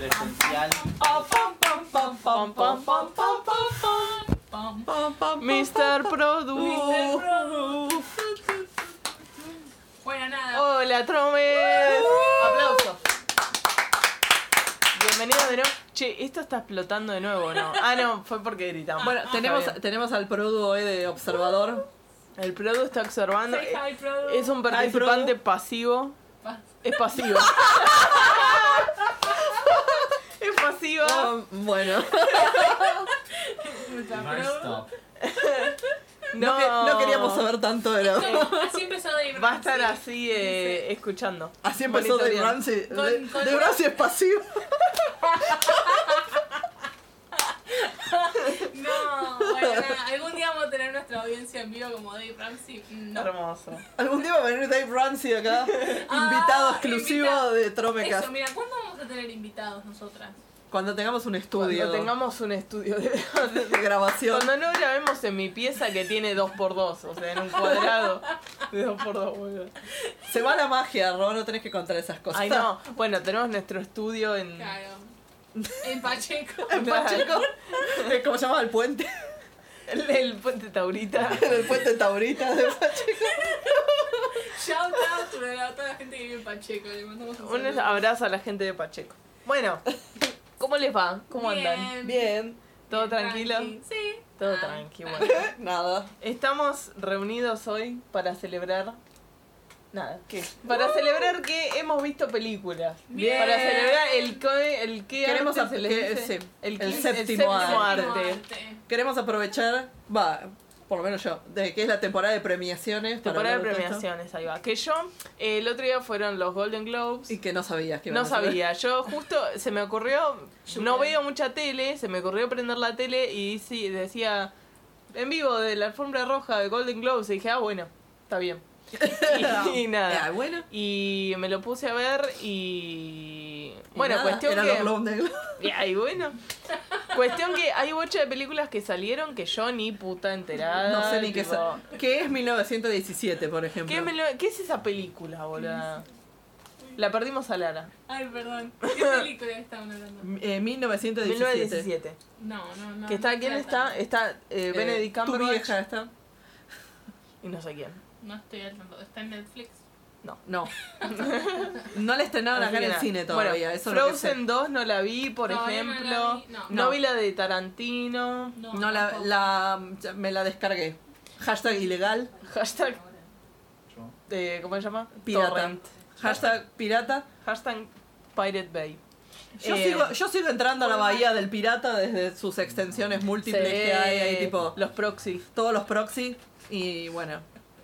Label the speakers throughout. Speaker 1: Mundial.
Speaker 2: Mr. Produ.
Speaker 3: Bueno, nada.
Speaker 2: Hola, Tromes.
Speaker 4: Uh-huh.
Speaker 1: Aplausos.
Speaker 2: Bienvenido de nuevo. Che, esto está explotando de nuevo, ¿no? Ah, no, fue porque gritamos.
Speaker 4: Bueno,
Speaker 2: Está
Speaker 4: tenemos,
Speaker 2: bien.
Speaker 4: tenemos al Produ hoy de observador.
Speaker 2: El Produ está observando.
Speaker 3: Say hi, Produ.
Speaker 2: Es un participante pasivo. Es pasivo. es pasiva.
Speaker 4: Ah, bueno,
Speaker 1: No stop.
Speaker 4: no, que- no queríamos saber tanto, pero
Speaker 3: Así empezó Dave
Speaker 2: Va a estar
Speaker 3: Ramsey.
Speaker 2: así eh, escuchando.
Speaker 4: así empezó Dave
Speaker 2: Monitoreando.
Speaker 4: Ramsey.
Speaker 3: Con-
Speaker 4: De-
Speaker 3: con-
Speaker 4: Dave Ramsey es pasivo.
Speaker 3: No, bueno, nada. Algún día vamos a tener nuestra audiencia en vivo como Dave Ramsey. No.
Speaker 2: Hermoso.
Speaker 4: Algún día va a venir Dave Ramsey acá,
Speaker 3: Ah,
Speaker 4: invitado exclusivo
Speaker 3: invitado.
Speaker 4: de
Speaker 3: Eso,
Speaker 4: Tromecast.
Speaker 3: mira, ¿cuándo vamos a tener invitados nosotras?
Speaker 4: Cuando tengamos un estudio
Speaker 2: Cuando tengamos un estudio de...
Speaker 4: de grabación.
Speaker 2: Cuando no grabemos en mi pieza que tiene 2x2, o sea, en un cuadrado de 2x2, boludo.
Speaker 4: Se va la magia, Ro, no tenés que contar esas cosas.
Speaker 2: Ay, no. Bueno, tenemos nuestro estudio en.
Speaker 3: Claro. En Pacheco.
Speaker 4: En Pacheco, eh, ¿cómo se llama el puente?
Speaker 2: El, el puente Taurita.
Speaker 4: En el puente Taurita de Pacheco.
Speaker 3: Shout out to la- a toda la gente que vive en Pacheco. Le mandamos un
Speaker 2: Un
Speaker 3: saludo.
Speaker 2: abrazo a la gente de Pacheco. Bueno, ¿cómo les va? ¿Cómo andan?
Speaker 3: Bien.
Speaker 4: Bien,
Speaker 2: ¿Todo
Speaker 3: Bien,
Speaker 2: tranquilo?
Speaker 3: tranqui. Sí.
Speaker 2: Todo
Speaker 3: Ah,
Speaker 2: tranqui,
Speaker 3: ah.
Speaker 2: bueno.
Speaker 4: nada.
Speaker 2: Estamos reunidos hoy para celebrar. Nada, ¿qué? Para celebrar que hemos visto películas.
Speaker 3: Bien.
Speaker 2: Para celebrar el que. El que
Speaker 4: Eh, Queremos
Speaker 2: arte
Speaker 4: a-
Speaker 2: se le
Speaker 4: que-
Speaker 2: dice.
Speaker 4: sí,
Speaker 2: el,
Speaker 4: el
Speaker 2: quin-
Speaker 4: séptimo
Speaker 2: séptimo
Speaker 4: arte.
Speaker 2: arte.
Speaker 4: Queremos aprovechar, va, por lo menos yo, de que es la temporada de premiaciones. para
Speaker 2: Temporada de
Speaker 4: hablar todo esto.
Speaker 2: premiaciones, ahí va. Que yo, eh, el otro día fueron los Golden Globes.
Speaker 4: Y que no sabías que iban
Speaker 2: No
Speaker 4: a hacer.
Speaker 2: sabía, yo justo se me ocurrió, no veo mucha tele, se me ocurrió prender la tele y sí, decía en vivo de la alfombra roja de Golden Globes y dije, ah, bueno, está bien. Y, y
Speaker 4: Ah,
Speaker 2: nada.
Speaker 4: bueno.
Speaker 2: Y me lo puse a ver y...
Speaker 4: Y
Speaker 2: Bueno,
Speaker 4: nada,
Speaker 2: cuestión
Speaker 4: eran
Speaker 2: que...
Speaker 4: los Globos Negros.
Speaker 2: Y ahí, bueno. Cuestión que hay bocha de películas que salieron que yo ni puta enterada.
Speaker 4: No sé ni qué es.
Speaker 2: tipo,
Speaker 4: ¿Qué es 1917, por ejemplo?
Speaker 2: ¿Qué, me lo- qué es esa película, boludo? La perdimos a Lara.
Speaker 3: Ay, perdón. ¿Qué película estaban hablando?
Speaker 4: Eh, 1917.
Speaker 2: 1917.
Speaker 3: No, no, no.
Speaker 2: Que está, ¿Quién
Speaker 3: no
Speaker 2: está? Está eh,
Speaker 4: Eh,
Speaker 2: Benedict
Speaker 4: tu
Speaker 2: Cumberbatch
Speaker 4: vieja está.
Speaker 2: y no sé quién.
Speaker 3: No estoy al tanto. ¿Está en Netflix?
Speaker 4: No. no la estrenaron
Speaker 2: Así
Speaker 4: acá
Speaker 2: que
Speaker 4: en el
Speaker 2: nada.
Speaker 4: cine todavía.
Speaker 2: Bueno,
Speaker 4: eso es lo que sé.
Speaker 2: Frozen 2 no la vi, por
Speaker 3: Todavía no la
Speaker 2: ejemplo.
Speaker 3: vi, no.
Speaker 4: No.
Speaker 2: vi la de Tarantino.
Speaker 3: No,
Speaker 4: No, la,
Speaker 3: tampoco.
Speaker 4: la, ya me la descargué. Hashtag ilegal,
Speaker 2: Hashtag, eh, ¿cómo se llama?
Speaker 4: Pirata.
Speaker 2: Torrent.
Speaker 4: hashtag pirata.
Speaker 2: Hashtag Pirate Bay.
Speaker 4: Yo,
Speaker 2: Eh,
Speaker 4: sigo, yo sigo entrando a la bahía del pirata desde sus extensiones múltiples
Speaker 2: Sí,
Speaker 4: que hay ahí, tipo
Speaker 2: Los proxy.
Speaker 4: todos los proxy. Y bueno,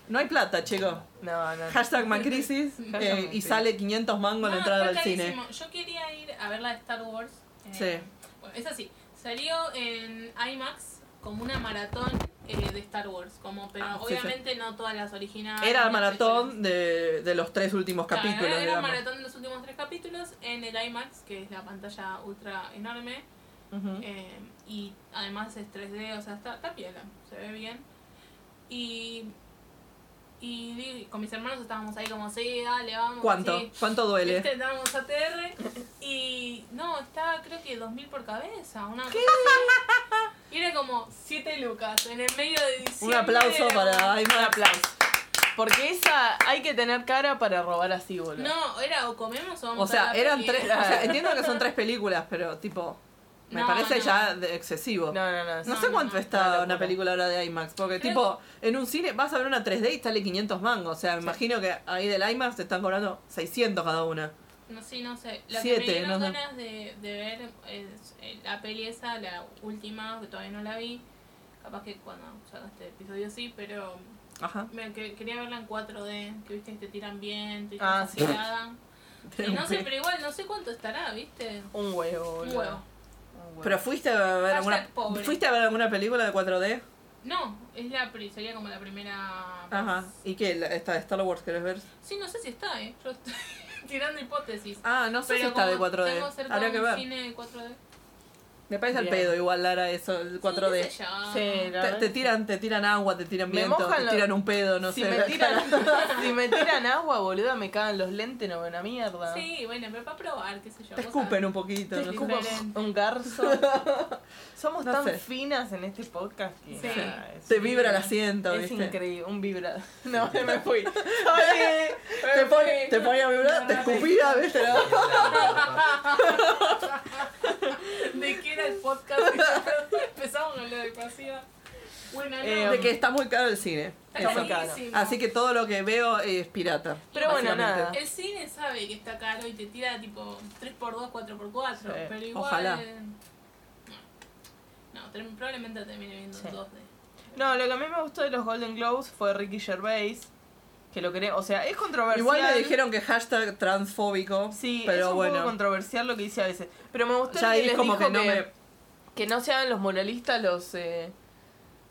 Speaker 4: no hay plata, chico.
Speaker 2: No, no. no.
Speaker 4: Hashtag Macrisis
Speaker 2: Hashtag
Speaker 4: eh, y
Speaker 2: Macrisis.
Speaker 4: sale 500 mangos la
Speaker 3: No, Ah,
Speaker 4: entrada
Speaker 3: fue
Speaker 4: del cine.
Speaker 3: carísimo. Yo quería ir a ver la de Star Wars. eh,
Speaker 4: Sí.
Speaker 3: Bueno, es así. Salió en IMAX como una maratón eh, de Star Wars. Como, pero
Speaker 4: Ah, sí,
Speaker 3: obviamente no todas las originales.
Speaker 4: Era
Speaker 3: las
Speaker 4: el maratón
Speaker 3: originales.
Speaker 4: de, de los tres últimos
Speaker 3: Claro,
Speaker 4: capítulos,
Speaker 3: Era, era el
Speaker 4: digamos.
Speaker 3: maratón de los últimos tres capítulos en el IMAX, que es la pantalla ultra enorme.
Speaker 2: Ujú.
Speaker 3: Eh, y además es 3D, o sea, está, está piola, se ve bien. Y, y di- con mis hermanos estábamos ahí como, sí, dale, vamos.
Speaker 4: ¿Cuánto?
Speaker 3: sí". Este,
Speaker 4: ¿Cuánto duele?
Speaker 3: Viste, estábamos ATR y no, estaba creo que 2000 por cabeza. Una ¿Qué? Y era como 7 lucas en el medio de
Speaker 4: Un
Speaker 3: diciembre.
Speaker 4: aplauso
Speaker 3: era como-
Speaker 4: para Ayman.
Speaker 2: Un aplauso. Porque esa hay que tener cara para robar así, boludo.
Speaker 3: No, era o comemos o vamos
Speaker 4: O sea,
Speaker 3: a la
Speaker 4: eran
Speaker 3: peli.
Speaker 4: tres. o sea, entiendo que son tres películas, pero tipo. Me
Speaker 3: No,
Speaker 4: parece
Speaker 3: no.
Speaker 4: ya de- excesivo. No,
Speaker 2: no, no. no,
Speaker 3: no,
Speaker 4: sé
Speaker 3: no, no,
Speaker 4: cuánto
Speaker 2: una
Speaker 4: está
Speaker 2: locura.
Speaker 4: una película ahora de IMAX, porque
Speaker 3: Creo
Speaker 4: tipo, en un cine vas a ver una 3D y sale 500 mangos. O sea, me imagino que ahí del IMAX te están cobrando 600 cada una.
Speaker 3: No, sí, no sé. La
Speaker 4: Siete,
Speaker 3: que me dieron
Speaker 4: no sé.
Speaker 3: ganas de, de ver es eh, la peli esa, la última, que todavía no la vi. Capaz que cuando salga este episodio sí, pero
Speaker 4: Ajá.
Speaker 3: me, que- quería verla en 4D, que viste que te tiran viento y
Speaker 2: Ah,
Speaker 3: ah,
Speaker 2: sí.
Speaker 3: Y no sé, pero igual no sé cuánto estará, ¿viste?
Speaker 2: Un huevo,
Speaker 3: Un
Speaker 2: boludo.
Speaker 3: huevo.
Speaker 2: Un huevo.
Speaker 4: Pero fuiste a ver
Speaker 3: Hashtag
Speaker 4: alguna.
Speaker 3: pobre.
Speaker 4: ¿Fuiste a ver alguna película de 4D?
Speaker 3: No, es la pri- sería como la primera.
Speaker 4: Ajá. ¿Y qué? La- ¿Esta de Star Wars querés ver?
Speaker 3: Sí, no sé si está, ¿eh? Yo estoy tirando hipótesis.
Speaker 4: Ah, no sé
Speaker 3: Pero
Speaker 4: si está de
Speaker 3: como Tengo
Speaker 4: 4D.
Speaker 3: cerca
Speaker 4: Habría que
Speaker 3: un
Speaker 4: ver.
Speaker 3: cine de 4D.
Speaker 4: Me parece al
Speaker 2: Bien.
Speaker 4: pedo igual Lara eso, el 4D.
Speaker 3: Sí, qué sé
Speaker 2: Sí,
Speaker 3: yo.
Speaker 2: la
Speaker 4: Ah. te,
Speaker 2: verdad
Speaker 4: te
Speaker 2: es que-
Speaker 4: tiran, te tiran agua, te tiran
Speaker 2: Me
Speaker 4: viento,
Speaker 2: mojan
Speaker 4: te
Speaker 2: los-
Speaker 4: tiran un pedo, no
Speaker 2: si,
Speaker 4: sé.
Speaker 2: me tiran, si me tiran agua, boluda, me cagan los lentes, no veo una mierda.
Speaker 3: Sí, bueno, pero para probar, qué sé yo.
Speaker 4: Te
Speaker 3: vos
Speaker 4: escupen un poquito,
Speaker 2: Te
Speaker 4: no sé.
Speaker 2: escupo
Speaker 3: Diferente.
Speaker 2: un garzo. Somos
Speaker 4: No
Speaker 2: tan
Speaker 4: sé.
Speaker 2: finas en este podcast que
Speaker 3: Sí.
Speaker 2: nada, es-
Speaker 4: Te vibra el asiento,
Speaker 2: Es
Speaker 4: ¿viste?
Speaker 2: increíble, un vibrador. No, me fui. Sorry,
Speaker 4: Te,
Speaker 2: me
Speaker 4: pone,
Speaker 2: fui.
Speaker 4: te ponía a vibrar, te escupía, ¿viste?
Speaker 3: sabés ¿De qué era el podcast? Empezamos con lo de pasiva. Bueno, no.
Speaker 2: Eh,
Speaker 4: De que está muy caro el cine.
Speaker 3: está
Speaker 4: Eso.
Speaker 2: muy caro.
Speaker 3: carísimo.
Speaker 4: Así que todo lo que veo es pirata.
Speaker 2: Pero bueno,
Speaker 4: básicamente.
Speaker 2: nada.
Speaker 3: El cine sabe que está caro y te tira tipo 3x2, 4x4,
Speaker 2: Sí,
Speaker 3: pero igual... eh,
Speaker 4: ojalá.
Speaker 3: No, no term- probablemente termine viendo
Speaker 2: Sí.
Speaker 3: en 2D.
Speaker 2: No, lo que a mí me gustó de los Golden Globes fue Ricky Gervais. Que lo queremos. O sea, es controversial.
Speaker 4: Igual me dijeron que hashtag transfóbico.
Speaker 2: Sí,
Speaker 4: pero
Speaker 2: es un poco
Speaker 4: bueno.
Speaker 2: controversial lo que dice a veces. Pero me gustó
Speaker 4: Ya
Speaker 2: el
Speaker 4: ahí
Speaker 2: que
Speaker 4: es
Speaker 2: les
Speaker 4: como
Speaker 2: dijo
Speaker 4: que no me.
Speaker 2: que no sean los moralistas los eh,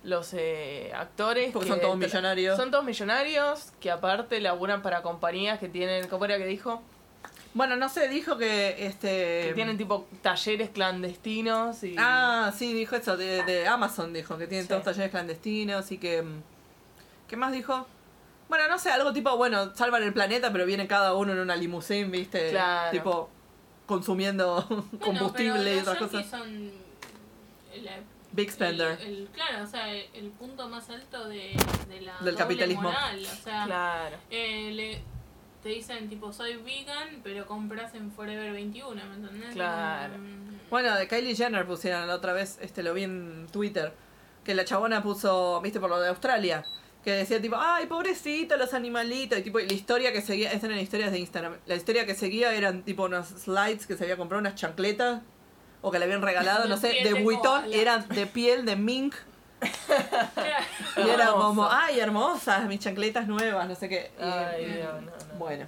Speaker 2: los eh, actores
Speaker 4: Porque
Speaker 2: que
Speaker 4: son todos
Speaker 2: tra-
Speaker 4: millonarios.
Speaker 2: son todos millonarios que aparte laburan para compañías que tienen ¿cómo era que dijo?
Speaker 4: Bueno, no sé, dijo que este.
Speaker 2: que tienen tipo talleres clandestinos y
Speaker 4: Ah, sí, dijo eso, de, de Amazon dijo, que tienen
Speaker 2: Sí.
Speaker 4: todos talleres clandestinos y que... mm, ¿Qué más dijo? Bueno, no sé, algo tipo, bueno, salvan el planeta, pero viene cada uno en una limusín, ¿viste?
Speaker 2: Claro.
Speaker 4: Tipo, consumiendo combustible y
Speaker 3: pero
Speaker 4: otras
Speaker 3: los yankees
Speaker 4: cosas.
Speaker 3: son la-
Speaker 4: Big spender.
Speaker 3: El, el- claro, o sea, el, el punto más alto de, de la
Speaker 4: Del
Speaker 3: doble
Speaker 4: capitalismo.
Speaker 3: moral, o sea,
Speaker 2: claro
Speaker 3: eh, le- te dicen tipo soy vegan, pero compras en Forever 21, ¿me entendés?
Speaker 2: Claro.
Speaker 3: Mm,
Speaker 4: Bueno, de Kylie Jenner pusieron la otra vez, este lo vi en Twitter, que la chabona puso, viste, por lo de Australia, que decía tipo, ay, pobrecito, los animalitos, y tipo, y la historia que seguía, estas eran historias de Instagram, la historia que seguía eran tipo unos slides que se había comprado, unas chancletas, o que le habían regalado, no sé,
Speaker 3: Piel
Speaker 4: de
Speaker 3: de
Speaker 4: buitón,
Speaker 3: koala.
Speaker 4: eran de piel de mink,
Speaker 3: claro.
Speaker 4: y era
Speaker 2: Hermoso.
Speaker 4: como, ay, hermosas, mis chancletas nuevas, no sé qué. Y,
Speaker 2: ay
Speaker 3: eh,
Speaker 2: Dios no, no.
Speaker 4: Ah. bueno,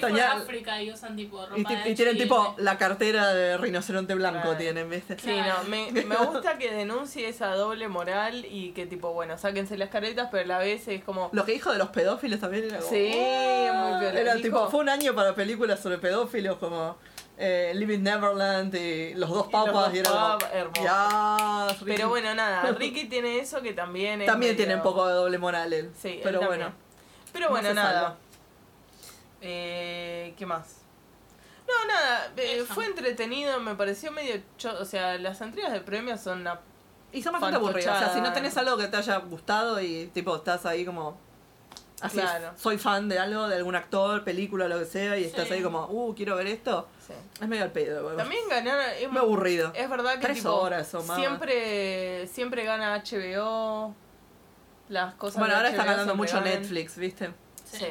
Speaker 2: terrible
Speaker 3: for
Speaker 4: Toñá-
Speaker 3: África y usan tipo ropa
Speaker 4: y, ti-
Speaker 3: de
Speaker 4: y tienen
Speaker 3: Chile.
Speaker 4: tipo la cartera de rinoceronte blanco,
Speaker 2: Claro.
Speaker 4: tienen, viste.
Speaker 2: Sí, no, me, me gusta que denuncie esa doble moral y que tipo, bueno, sáquense las caretas, pero a la vez es como...
Speaker 4: Lo que dijo de los pedófilos también era como,
Speaker 2: Sí,
Speaker 4: "Ah".
Speaker 2: muy piola.
Speaker 4: Era
Speaker 2: Dijo-
Speaker 4: tipo, fue un año para películas sobre pedófilos como eh, Living Neverland y Los Dos
Speaker 2: Y Los
Speaker 4: Papas.
Speaker 2: Dos
Speaker 4: y era como,
Speaker 2: Papas, hermoso.
Speaker 4: "Yas, Ricky".
Speaker 2: Pero bueno, nada, Ricky tiene eso que también es
Speaker 4: También
Speaker 2: medio-
Speaker 4: tiene un poco de doble moral él.
Speaker 2: Sí, él
Speaker 4: pero
Speaker 2: también.
Speaker 4: bueno.
Speaker 2: Pero bueno,
Speaker 4: no se
Speaker 2: nada.
Speaker 4: salva.
Speaker 2: Eh, ¿Qué más? No, nada, eh,
Speaker 3: Eso.
Speaker 2: fue entretenido, me pareció medio... cho- o sea, las entregas de premios son una...
Speaker 4: Y son bastante aburridas. O sea, si no
Speaker 2: Fantochada.
Speaker 4: tenés algo que te haya gustado y tipo estás ahí como. Así,
Speaker 2: Claro.
Speaker 4: soy fan de algo, de algún actor, película, lo que sea, y estás
Speaker 3: Sí.
Speaker 4: ahí como, uh, quiero ver esto.
Speaker 2: sí.
Speaker 4: Es medio al pedo. bueno.
Speaker 2: También ganar... Es,
Speaker 4: Muy aburrido.
Speaker 2: es verdad que
Speaker 4: Tres
Speaker 2: tipo,
Speaker 4: horas o más.
Speaker 2: Siempre, siempre gana HBO, las cosas...
Speaker 4: Bueno,
Speaker 2: de
Speaker 4: ahora está
Speaker 2: HBO
Speaker 4: ganando
Speaker 2: siempre
Speaker 4: mucho
Speaker 2: ganan.
Speaker 4: Netflix, ¿viste?
Speaker 2: Sí.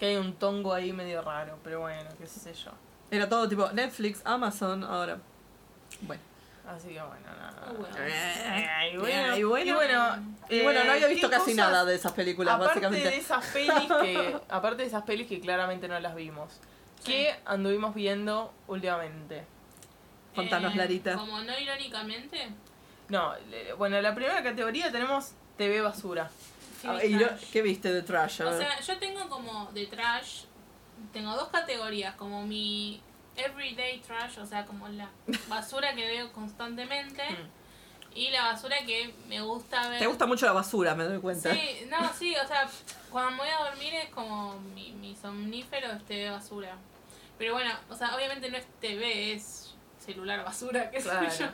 Speaker 2: Que hay un tongo ahí medio raro, pero bueno, qué sé yo.
Speaker 4: Era todo tipo Netflix, Amazon, ahora. Bueno.
Speaker 2: Así que bueno, nada.
Speaker 3: Oh, bueno.
Speaker 2: Ay, bueno. Y
Speaker 4: Ay, bueno.
Speaker 3: Em,
Speaker 2: bueno,
Speaker 4: Y bueno,
Speaker 2: eh,
Speaker 4: no había visto
Speaker 2: ¿qué
Speaker 4: casi
Speaker 2: cosas-
Speaker 4: nada de esas películas,
Speaker 2: aparte
Speaker 4: básicamente.
Speaker 2: De esas pelis que, aparte de esas pelis que claramente no las vimos. ¿Qué anduvimos viendo últimamente?
Speaker 4: Contanos, Larita.
Speaker 3: eh, Como no irónicamente.
Speaker 2: No, le- bueno, la primera categoría tenemos TV basura.
Speaker 3: sí,
Speaker 4: Ah, y lo-
Speaker 3: trash.
Speaker 4: ¿Qué viste de Trash? A
Speaker 3: O
Speaker 4: ver.
Speaker 3: sea, yo tengo como de trash, tengo dos categorías, como mi everyday trash, o sea, como la basura que veo constantemente y la basura que me gusta ver.
Speaker 4: Hmm. Te gusta mucho la basura, me doy cuenta.
Speaker 3: Sí, no, sí, o sea, cuando me voy a dormir es como mi, mi somnífero es TV basura. Pero bueno, o sea, obviamente no es TV, es celular basura, qué sé
Speaker 2: Claro.
Speaker 3: yo.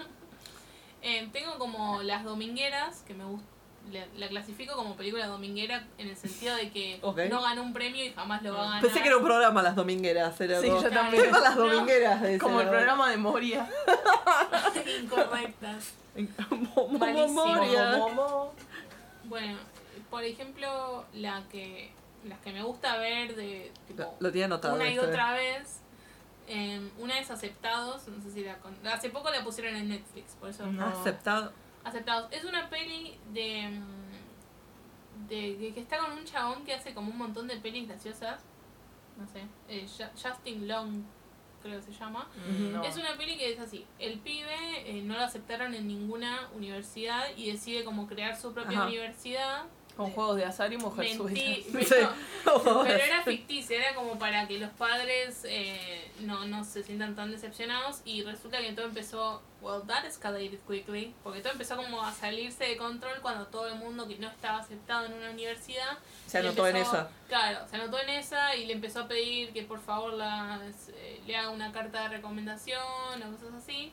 Speaker 3: Eh, tengo como las domingueras, que me gusta, la, la clasifico como película dominguera en el sentido de que
Speaker 4: Ok.
Speaker 3: no ganó un premio y jamás lo va a ganar.
Speaker 4: Pensé que era un programa Las Domingueras. Era
Speaker 2: Sí,
Speaker 4: como-
Speaker 2: yo
Speaker 3: Claro.
Speaker 2: también.
Speaker 4: Las
Speaker 3: No.
Speaker 4: Domingueras. de
Speaker 2: Como el
Speaker 4: ese-
Speaker 2: programa de Moria.
Speaker 3: Incorrectas.
Speaker 4: Mo- mo-
Speaker 3: Malísimo.
Speaker 4: Moria.
Speaker 2: Mo, mo, mo.
Speaker 3: Bueno, por ejemplo, la que las que me gusta ver de tipo,
Speaker 4: Lo- Lo tiene anotado.
Speaker 3: una y
Speaker 4: este.
Speaker 3: otra vez. eh, una es Aceptados, no sé si la con- Hace poco la pusieron en Netflix, por eso.
Speaker 2: No.
Speaker 4: Aceptado.
Speaker 3: Aceptados. Es una peli de, mm, de, de que está con un chabón que hace como un montón de pelis graciosas. No sé. eh, Ju- Justin Long, creo que se llama.
Speaker 2: No.
Speaker 3: Es una peli que es así. El pibe eh, no lo aceptaron en ninguna universidad y decide como crear su propia
Speaker 4: Ajá.
Speaker 3: universidad
Speaker 2: Con juegos de azar y mujer subida.
Speaker 3: Mentí, pero,
Speaker 4: Sí.
Speaker 3: pero era ficticio, era como para que los padres eh, no, no se sientan tan decepcionados y resulta que todo empezó, well, that escalated quickly, porque todo empezó como a salirse de control cuando todo el mundo que no estaba aceptado en una universidad
Speaker 4: Se
Speaker 3: le
Speaker 4: anotó en
Speaker 3: empezó-
Speaker 4: esa.
Speaker 3: Claro, se anotó en esa y le empezó a pedir que por favor las, eh, le haga una carta de recomendación o cosas así.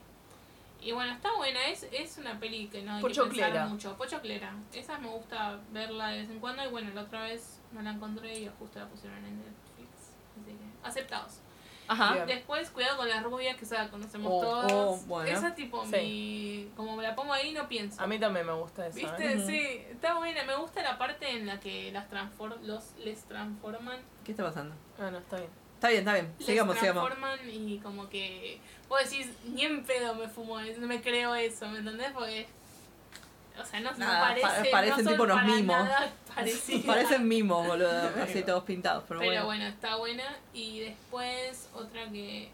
Speaker 3: Y bueno, está buena, es, es una peli que no hay que
Speaker 2: Pochoclera.
Speaker 3: pensar mucho. Pochoclera. Esa me gusta verla de vez en cuando y bueno, la otra vez no la encontré y justo la pusieron en Netflix. Así que, aceptados.
Speaker 4: Ajá.
Speaker 2: Bien.
Speaker 3: Después, cuidado con las rubias que esa la conocemos
Speaker 4: Oh,
Speaker 3: todos.
Speaker 4: oh, bueno.
Speaker 3: Esa es tipo mi... Como me la pongo ahí no pienso.
Speaker 2: A mí también me gusta eso. ¿eh?
Speaker 3: ¿Viste?
Speaker 4: Ujú.
Speaker 3: Sí, está buena. Me gusta la parte en la que las transfor- los les transforman.
Speaker 4: ¿Qué está pasando?
Speaker 2: Ah, no, está bien.
Speaker 4: Está bien, está bien.
Speaker 3: Les
Speaker 4: Sigamos, sigamos.
Speaker 3: transforman y como que vos decís, ni en pedo me fumo, eso, no me creo eso, ¿me entendés? Porque, o sea, no, no
Speaker 4: Nada,
Speaker 3: parece,
Speaker 4: pa-
Speaker 3: no
Speaker 4: parecen
Speaker 3: son
Speaker 4: tipo unos
Speaker 3: para
Speaker 4: mimos.
Speaker 3: nada parecidas.
Speaker 4: Parecen mimos, boludo. Así todos pintados, pero,
Speaker 3: Pero bueno. está buena. Y después otra que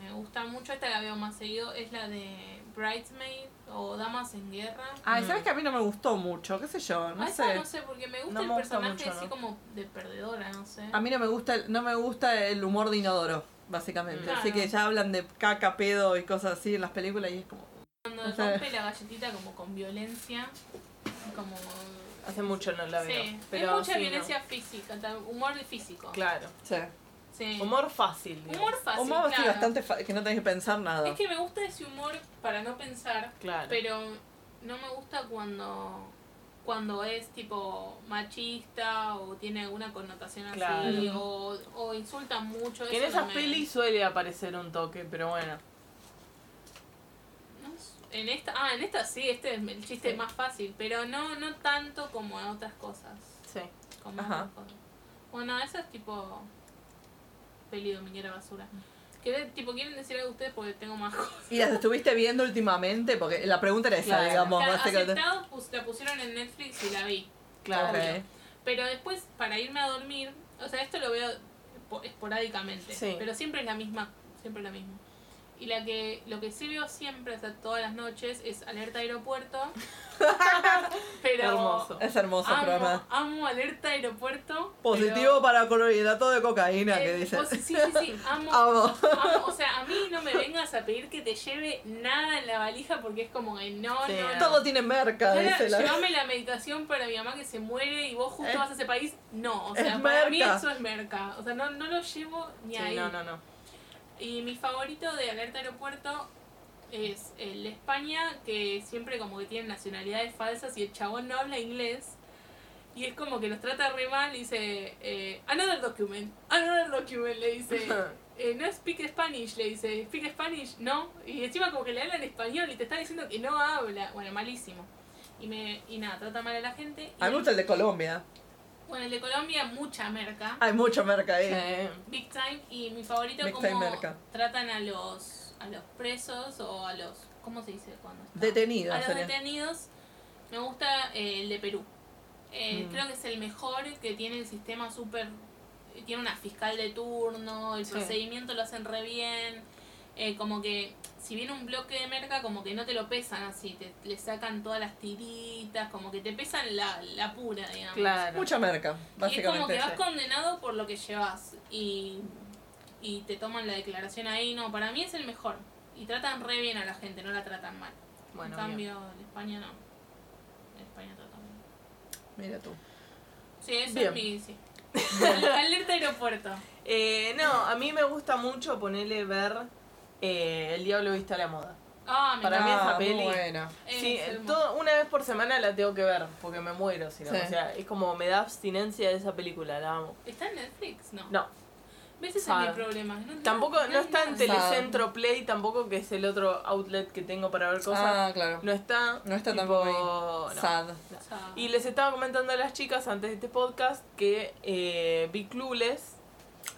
Speaker 3: me gusta mucho, esta la veo más seguido, es la de Bridesmaid o Damas en Guerra.
Speaker 4: Ay, ¿sabes
Speaker 2: Mm.
Speaker 4: que a mí no me gustó mucho? ¿Qué sé yo? No
Speaker 3: Ah, esa
Speaker 4: sé.
Speaker 3: no sé, porque me gusta
Speaker 2: No
Speaker 3: el
Speaker 2: me gusta
Speaker 3: personaje
Speaker 2: mucho,
Speaker 3: así
Speaker 2: ¿no?
Speaker 3: como de perdedora, no sé.
Speaker 4: A mí no me gusta, el- no me gusta el humor de inodoro, básicamente.
Speaker 3: Claro.
Speaker 4: Así que ya hablan de caca, pedo y cosas así en las películas y es como
Speaker 3: Cuando
Speaker 4: O sea-
Speaker 3: rompe la galletita como con violencia, como...
Speaker 2: Hace mucho no la veo.
Speaker 3: sí,
Speaker 2: pero
Speaker 3: hay mucha
Speaker 2: sí, no.
Speaker 3: violencia física, ta- humor físico.
Speaker 2: Claro.
Speaker 3: Sí.
Speaker 2: Humor fácil. digamos.
Speaker 3: Humor fácil,
Speaker 4: humor así
Speaker 3: claro.
Speaker 4: bastante fa- que no tenés que pensar nada.
Speaker 3: Es que me gusta ese humor para no pensar,
Speaker 2: Claro.
Speaker 3: pero no me gusta cuando cuando es tipo machista o tiene alguna connotación así
Speaker 2: Claro.
Speaker 3: o, o insulta mucho.
Speaker 2: que en
Speaker 3: eso no
Speaker 2: esas
Speaker 3: me-
Speaker 2: pelis suele aparecer un toque, pero bueno.
Speaker 3: No sé, En esta, ah, en esta sí, este es el chiste
Speaker 2: Sí.
Speaker 3: más fácil, pero no no tanto como en otras cosas.
Speaker 2: Sí.
Speaker 3: como
Speaker 4: Ajá.
Speaker 3: otras cosas. Bueno, eso es tipo peli dominguera basura. Que, tipo, ¿quieren decir algo ustedes? Porque tengo más cosas.
Speaker 4: Y las estuviste viendo últimamente, porque la pregunta era esa,
Speaker 2: Claro.
Speaker 4: digamos,
Speaker 3: Claro,
Speaker 4: básicamente.
Speaker 3: Aceptado, pus- la pusieron en Netflix y la vi.
Speaker 2: Claro.
Speaker 4: Ok.
Speaker 3: Pero después, para irme a dormir, o sea, esto lo veo espo- esporádicamente,
Speaker 2: Sí.
Speaker 3: pero siempre es la misma, siempre es la misma. Y la que, lo que sí veo siempre, hasta todas las noches, es Alerta Aeropuerto. pero
Speaker 2: Hermoso.
Speaker 4: Es hermoso el
Speaker 3: Amo,
Speaker 4: programa.
Speaker 3: amo Alerta Aeropuerto. pero-
Speaker 4: Positivo para clorhidrato de cocaína,
Speaker 3: Eh,
Speaker 4: que dice.
Speaker 3: vos- sí, sí, sí, amo,
Speaker 4: Amo.
Speaker 3: amo, Ah, O sea, a mí no me vengas a pedir que te lleve nada en la valija porque es como que no,
Speaker 2: Sí,
Speaker 3: no, no.
Speaker 4: Todo tiene merca,
Speaker 3: Ahora,
Speaker 4: dice la.
Speaker 3: llévame la medicación para mi mamá que se muere y vos justo
Speaker 4: Es-
Speaker 3: vas a ese país. No, o
Speaker 4: es
Speaker 3: sea, para mí
Speaker 4: merca.
Speaker 3: eso es merca. O sea, no, no lo llevo ni
Speaker 2: Sí,
Speaker 3: ahí.
Speaker 2: no, no, no.
Speaker 3: Y mi favorito de Alerta Aeropuerto es el de España, que siempre como que tienen nacionalidades falsas y el chabón no habla inglés. Y es como que los trata re mal y dice, eh, another document, another document, le dice. Eh, no speak Spanish, le dice, speak Spanish, no. Y encima como que le hablan español y te está diciendo que no habla. Bueno, malísimo. Y, me, y nada, trata mal a la gente. Y
Speaker 4: A mí me gusta el de Colombia.
Speaker 3: Bueno, el de Colombia, mucha merca.
Speaker 4: Hay mucho merca ahí.
Speaker 2: Sí.
Speaker 3: Big Time y mi favorito
Speaker 4: Big
Speaker 3: como
Speaker 4: Time Merca.
Speaker 3: tratan a los a los presos o a los ¿cómo se dice cuando está?
Speaker 4: Detenido,
Speaker 3: a los
Speaker 4: sería.
Speaker 3: detenidos. Me gusta eh, el de Perú. Eh,
Speaker 2: Mm.
Speaker 3: Creo que es el mejor que tiene el sistema súper tiene una fiscal de turno, el
Speaker 2: Sí.
Speaker 3: procedimiento lo hacen re bien. Eh, como que si viene un bloque de merca como que no te lo pesan así, te le sacan todas las tiritas, como que te pesan la, la pura, digamos.
Speaker 2: Claro.
Speaker 4: Mucha merca,
Speaker 3: Y es como
Speaker 4: básicamente.
Speaker 3: que vas
Speaker 2: sí.
Speaker 3: condenado por lo que llevas y, y te toman la declaración ahí. No, para mí es el mejor. Y tratan re bien a la gente, no la tratan mal.
Speaker 2: Bueno,
Speaker 3: en
Speaker 2: bien.
Speaker 3: cambio, en España no. En España tratan bien.
Speaker 4: Mira tú.
Speaker 3: Sí, eso
Speaker 2: Bien.
Speaker 3: es mi. Sí. Alerta aeropuerto.
Speaker 2: Eh, no, a mí me gusta mucho ponerle ver eh, El Diablo Viste a la Moda.
Speaker 3: Ah, me
Speaker 2: Para mí
Speaker 3: encanta.
Speaker 2: esa
Speaker 4: Ah, muy
Speaker 2: peli-
Speaker 4: buena.
Speaker 3: Es
Speaker 2: Sí,
Speaker 3: hermoso.
Speaker 2: todo, una vez por semana la tengo que ver, porque me muero, si no.
Speaker 4: Sí.
Speaker 2: O sea, es como me da abstinencia de esa película, la amo.
Speaker 3: ¿Está en Netflix? No.
Speaker 2: No,
Speaker 3: ¿Ves? Ese
Speaker 2: Sad.
Speaker 3: es mi problema. No,
Speaker 2: tampoco, no
Speaker 3: hay
Speaker 2: está en
Speaker 3: nada.
Speaker 4: tele-
Speaker 2: Telecentro Play, tampoco que es el otro outlet que tengo para ver cosas.
Speaker 4: Ah, claro.
Speaker 2: No está.
Speaker 4: No está
Speaker 2: tipo,
Speaker 4: tampoco ahí.
Speaker 2: no.
Speaker 4: Sad.
Speaker 3: Sad.
Speaker 2: Y les estaba comentando a las chicas antes de este podcast que eh, vi Clueless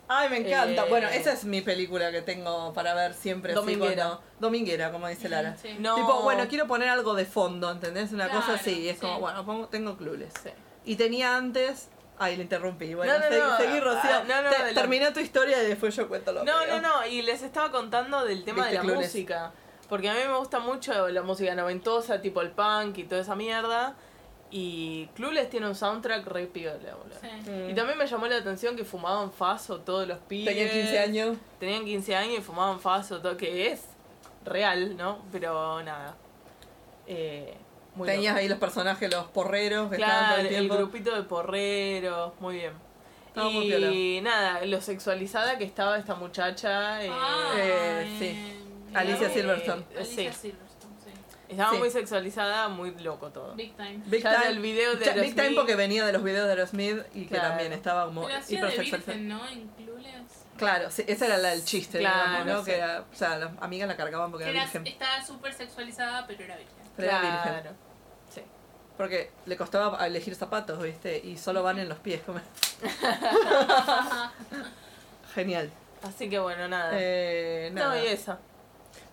Speaker 4: Ay, me encanta.
Speaker 2: Eh,
Speaker 4: bueno, esa es mi película que tengo para ver siempre. así
Speaker 2: Dominguera.
Speaker 4: cuando- dominguera, como dice Lara.
Speaker 3: Sí.
Speaker 2: No.
Speaker 4: Tipo, bueno, quiero poner algo de fondo, ¿entendés? Una
Speaker 3: Claro,
Speaker 4: cosa así. Y es
Speaker 3: sí.
Speaker 4: como, bueno, pongo- tengo clules.
Speaker 2: Sí.
Speaker 4: Y tenía antes. Ay, le interrumpí. Bueno,
Speaker 2: No, no,
Speaker 4: se-
Speaker 2: no.
Speaker 4: seguí, Rocío.
Speaker 2: Ah, no, no,
Speaker 4: Te-
Speaker 2: adelante.
Speaker 4: termina tu historia y después yo cuento lo
Speaker 2: No, no,
Speaker 4: mío.
Speaker 2: no, y les estaba contando del tema de
Speaker 4: Viste,
Speaker 2: la
Speaker 4: Clueless.
Speaker 2: música. Porque a mí me gusta mucho la música noventosa, tipo el punk y toda esa mierda. Y Clueless tiene un soundtrack re piola, boludo.
Speaker 3: Sí.
Speaker 2: Y también me llamó la atención que fumaban faso todos los pibes.
Speaker 4: Tenía 15 años.
Speaker 2: Tenían 15 años y fumaban faso, todo que es real, ¿no? Pero nada. Eh, muy
Speaker 4: Tenías
Speaker 2: loco.
Speaker 4: ahí los personajes, los porreros que estaban
Speaker 2: claro,
Speaker 4: todo el
Speaker 2: el,
Speaker 4: tiempo.
Speaker 2: grupito de porreros, muy bien.
Speaker 4: Estaba muy
Speaker 2: y nada, lo sexualizada que estaba esta muchacha. eh,
Speaker 3: Ah,
Speaker 4: eh, sí.
Speaker 3: eh,
Speaker 4: Alicia
Speaker 3: eh,
Speaker 4: Silverstone.
Speaker 3: Alicia
Speaker 2: Sí.
Speaker 3: Silverstone, sí.
Speaker 2: Estaba
Speaker 4: Sí.
Speaker 2: muy sexualizada, muy loco todo.
Speaker 3: Big Time.
Speaker 4: Big
Speaker 2: Ya
Speaker 4: Time.
Speaker 2: del video de
Speaker 4: Ya, Big Time
Speaker 2: Aerosmith.
Speaker 4: porque venía de los videos de Aerosmith y que
Speaker 2: Claro.
Speaker 4: también estaba como
Speaker 3: Pero hacía de
Speaker 4: hipersexualizada.
Speaker 3: Virgen, ¿no? En Clueless.
Speaker 4: Claro, sí, esa era la del chiste,
Speaker 2: Claro,
Speaker 4: digamos, ¿no?
Speaker 2: sí.
Speaker 4: Que era, o sea, las amigas la cargaban porque
Speaker 3: Que
Speaker 4: era
Speaker 3: era-
Speaker 4: virgen.
Speaker 3: estaba súper sexualizada, pero era virgen.
Speaker 4: Pero era
Speaker 2: Claro.
Speaker 4: virgen.
Speaker 2: Sí.
Speaker 4: Porque le costaba elegir zapatos, ¿viste? Y solo van en los pies. como-
Speaker 3: Ah,
Speaker 4: Genial.
Speaker 2: Así que bueno, nada.
Speaker 4: Eh, nada.
Speaker 2: No, y esa.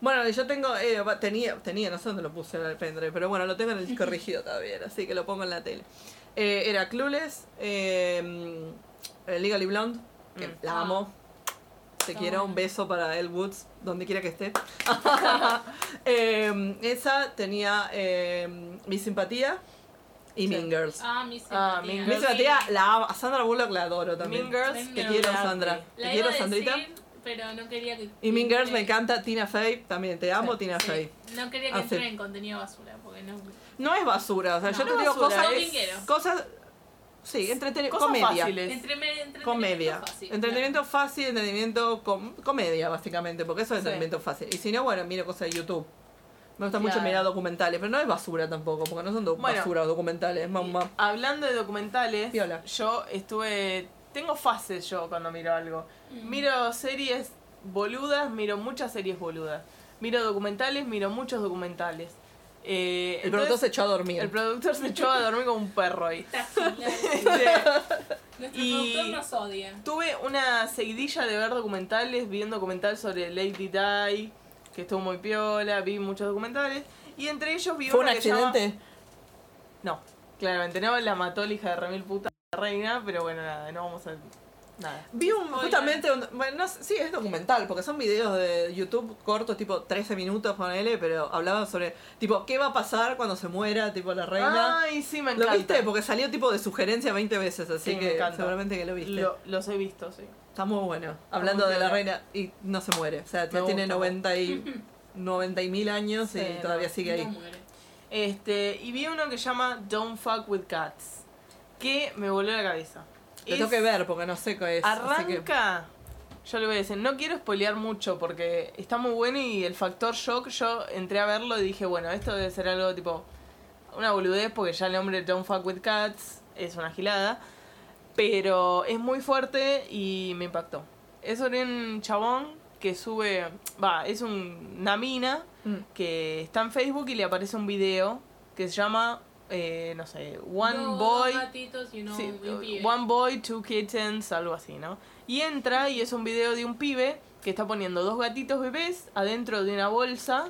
Speaker 4: Bueno, yo tengo, eh, va- tenía, tenía, no sé dónde lo puse en el pendrive, pero bueno, lo tengo en el corregido todavía, así que lo pongo en la tele. Eh, era Clueless, eh, eh, Legally Blonde, que
Speaker 2: Mm.
Speaker 4: la
Speaker 3: Ah.
Speaker 4: amo. Te
Speaker 3: Está
Speaker 4: quiero,
Speaker 3: bueno.
Speaker 4: un beso para El Woods, donde quiera que esté. Eh, esa tenía eh, Mi Simpatía y
Speaker 2: Sí.
Speaker 4: Mean Girls.
Speaker 3: Ah, mi
Speaker 2: Ah,
Speaker 3: simpatía.
Speaker 2: Mean
Speaker 4: Mi
Speaker 2: Girls.
Speaker 4: Simpatía la amo, a Sandra Bullock la adoro también.
Speaker 2: Mean Girls.
Speaker 3: Mean
Speaker 4: Te
Speaker 3: Girls.
Speaker 4: quiero,
Speaker 2: grande.
Speaker 4: Sandra. Te
Speaker 3: La
Speaker 4: quiero,
Speaker 3: iba a decir,
Speaker 4: Sandrita.
Speaker 3: pero no quería que...
Speaker 4: Y Mean Girls me
Speaker 3: que-
Speaker 4: encanta, Tina Fey también, te amo
Speaker 2: Sí,
Speaker 4: Tina
Speaker 3: sí.
Speaker 4: Fey.
Speaker 3: No quería que
Speaker 4: Hace-
Speaker 3: entren en contenido basura, porque no...
Speaker 4: No es basura, o sea,
Speaker 3: No,
Speaker 4: yo
Speaker 2: no
Speaker 4: te
Speaker 2: es
Speaker 4: digo
Speaker 2: basura,
Speaker 4: cosas.
Speaker 2: es-
Speaker 3: Dominguero.
Speaker 4: Cosas. Sí, entretenimiento.
Speaker 2: Cosas
Speaker 4: Comedia.
Speaker 2: fáciles.
Speaker 3: Entre, entretenimiento
Speaker 4: Comedia.
Speaker 3: fácil.
Speaker 4: Entretenimiento fácil, entretenimiento. com- comedia, básicamente, porque eso
Speaker 2: Sí.
Speaker 4: es entretenimiento fácil. Y si no, bueno, miro cosas de YouTube. Me gusta mucho
Speaker 2: Claro.
Speaker 4: mirar documentales, pero no es basura tampoco, porque no son do-
Speaker 2: Bueno.
Speaker 4: basura documentales, es mamá.
Speaker 2: Hablando de documentales,
Speaker 4: Piola.
Speaker 2: yo estuve. Tengo fases yo cuando miro algo.
Speaker 3: Mm.
Speaker 2: Miro series boludas, miro muchas series boludas. Miro documentales, miro muchos documentales. Eh,
Speaker 4: El productor se
Speaker 2: entonces,
Speaker 4: echó a dormir.
Speaker 2: el productor se echó a dormir como un perro ahí.
Speaker 3: Está genial.
Speaker 2: Este,
Speaker 3: Nuestro
Speaker 2: Y-
Speaker 3: productor nos odia.
Speaker 2: tuve una seguidilla de ver documentales, vi un documental sobre Lady Di, que estuvo muy piola, vi muchos documentales. Y entre ellos vi
Speaker 4: ¿Fue un
Speaker 2: uno que se llama-
Speaker 4: accidente?
Speaker 2: No, claramente no, la mató la hija de remil puta reina, pero bueno, nada, no vamos a... Nada.
Speaker 4: Vi un,
Speaker 3: Spoiler.
Speaker 4: justamente, un- bueno, no sé, sí, es documental, porque son videos de YouTube cortos, tipo 13 minutos, ponele, pero hablaban sobre, tipo, qué va a pasar cuando se muera, tipo, la reina.
Speaker 2: Ay, sí, Ah, me
Speaker 4: ¿Lo
Speaker 2: encanta.
Speaker 4: viste? Porque salió tipo de sugerencia 20 veces, así
Speaker 2: Sí, me
Speaker 4: que
Speaker 2: encanta.
Speaker 4: seguramente que lo viste.
Speaker 2: Lo- los he visto, sí.
Speaker 4: Está muy bueno. Hablando
Speaker 2: muy
Speaker 4: de la
Speaker 2: bueno.
Speaker 4: reina y no se muere. O sea, ya
Speaker 2: Me
Speaker 4: tiene
Speaker 2: gusta.
Speaker 4: 90 y 90 y mil años
Speaker 2: Sí,
Speaker 4: y todavía
Speaker 2: no.
Speaker 4: sigue
Speaker 3: No
Speaker 4: ahí.
Speaker 3: muere.
Speaker 2: Este, y vi uno que se llama Don't Fuck With Cats, que me volvió la cabeza.
Speaker 4: Lo
Speaker 2: Es-
Speaker 4: tengo que ver porque no sé qué es. así que-
Speaker 2: Arranca. Yo le voy a decir, no quiero spoilear mucho porque está muy bueno y el factor shock, yo entré a verlo y dije, bueno, esto debe ser algo tipo una boludez porque ya el nombre Don't Fuck With Cats es una gilada, pero es muy fuerte y me impactó. Es sobre un chabón que sube, va, es un- una mina
Speaker 4: Mm.
Speaker 2: que está en Facebook y le aparece un video que se llama, eh, no sé, One
Speaker 3: Dos
Speaker 2: Boy...
Speaker 3: gatitos y uno-
Speaker 2: Sí,
Speaker 3: y un
Speaker 4: uh,
Speaker 3: pibe.
Speaker 2: One Boy, Two Kittens, algo así, ¿no? Y entra y es un video de un pibe que está poniendo dos gatitos bebés adentro de una bolsa,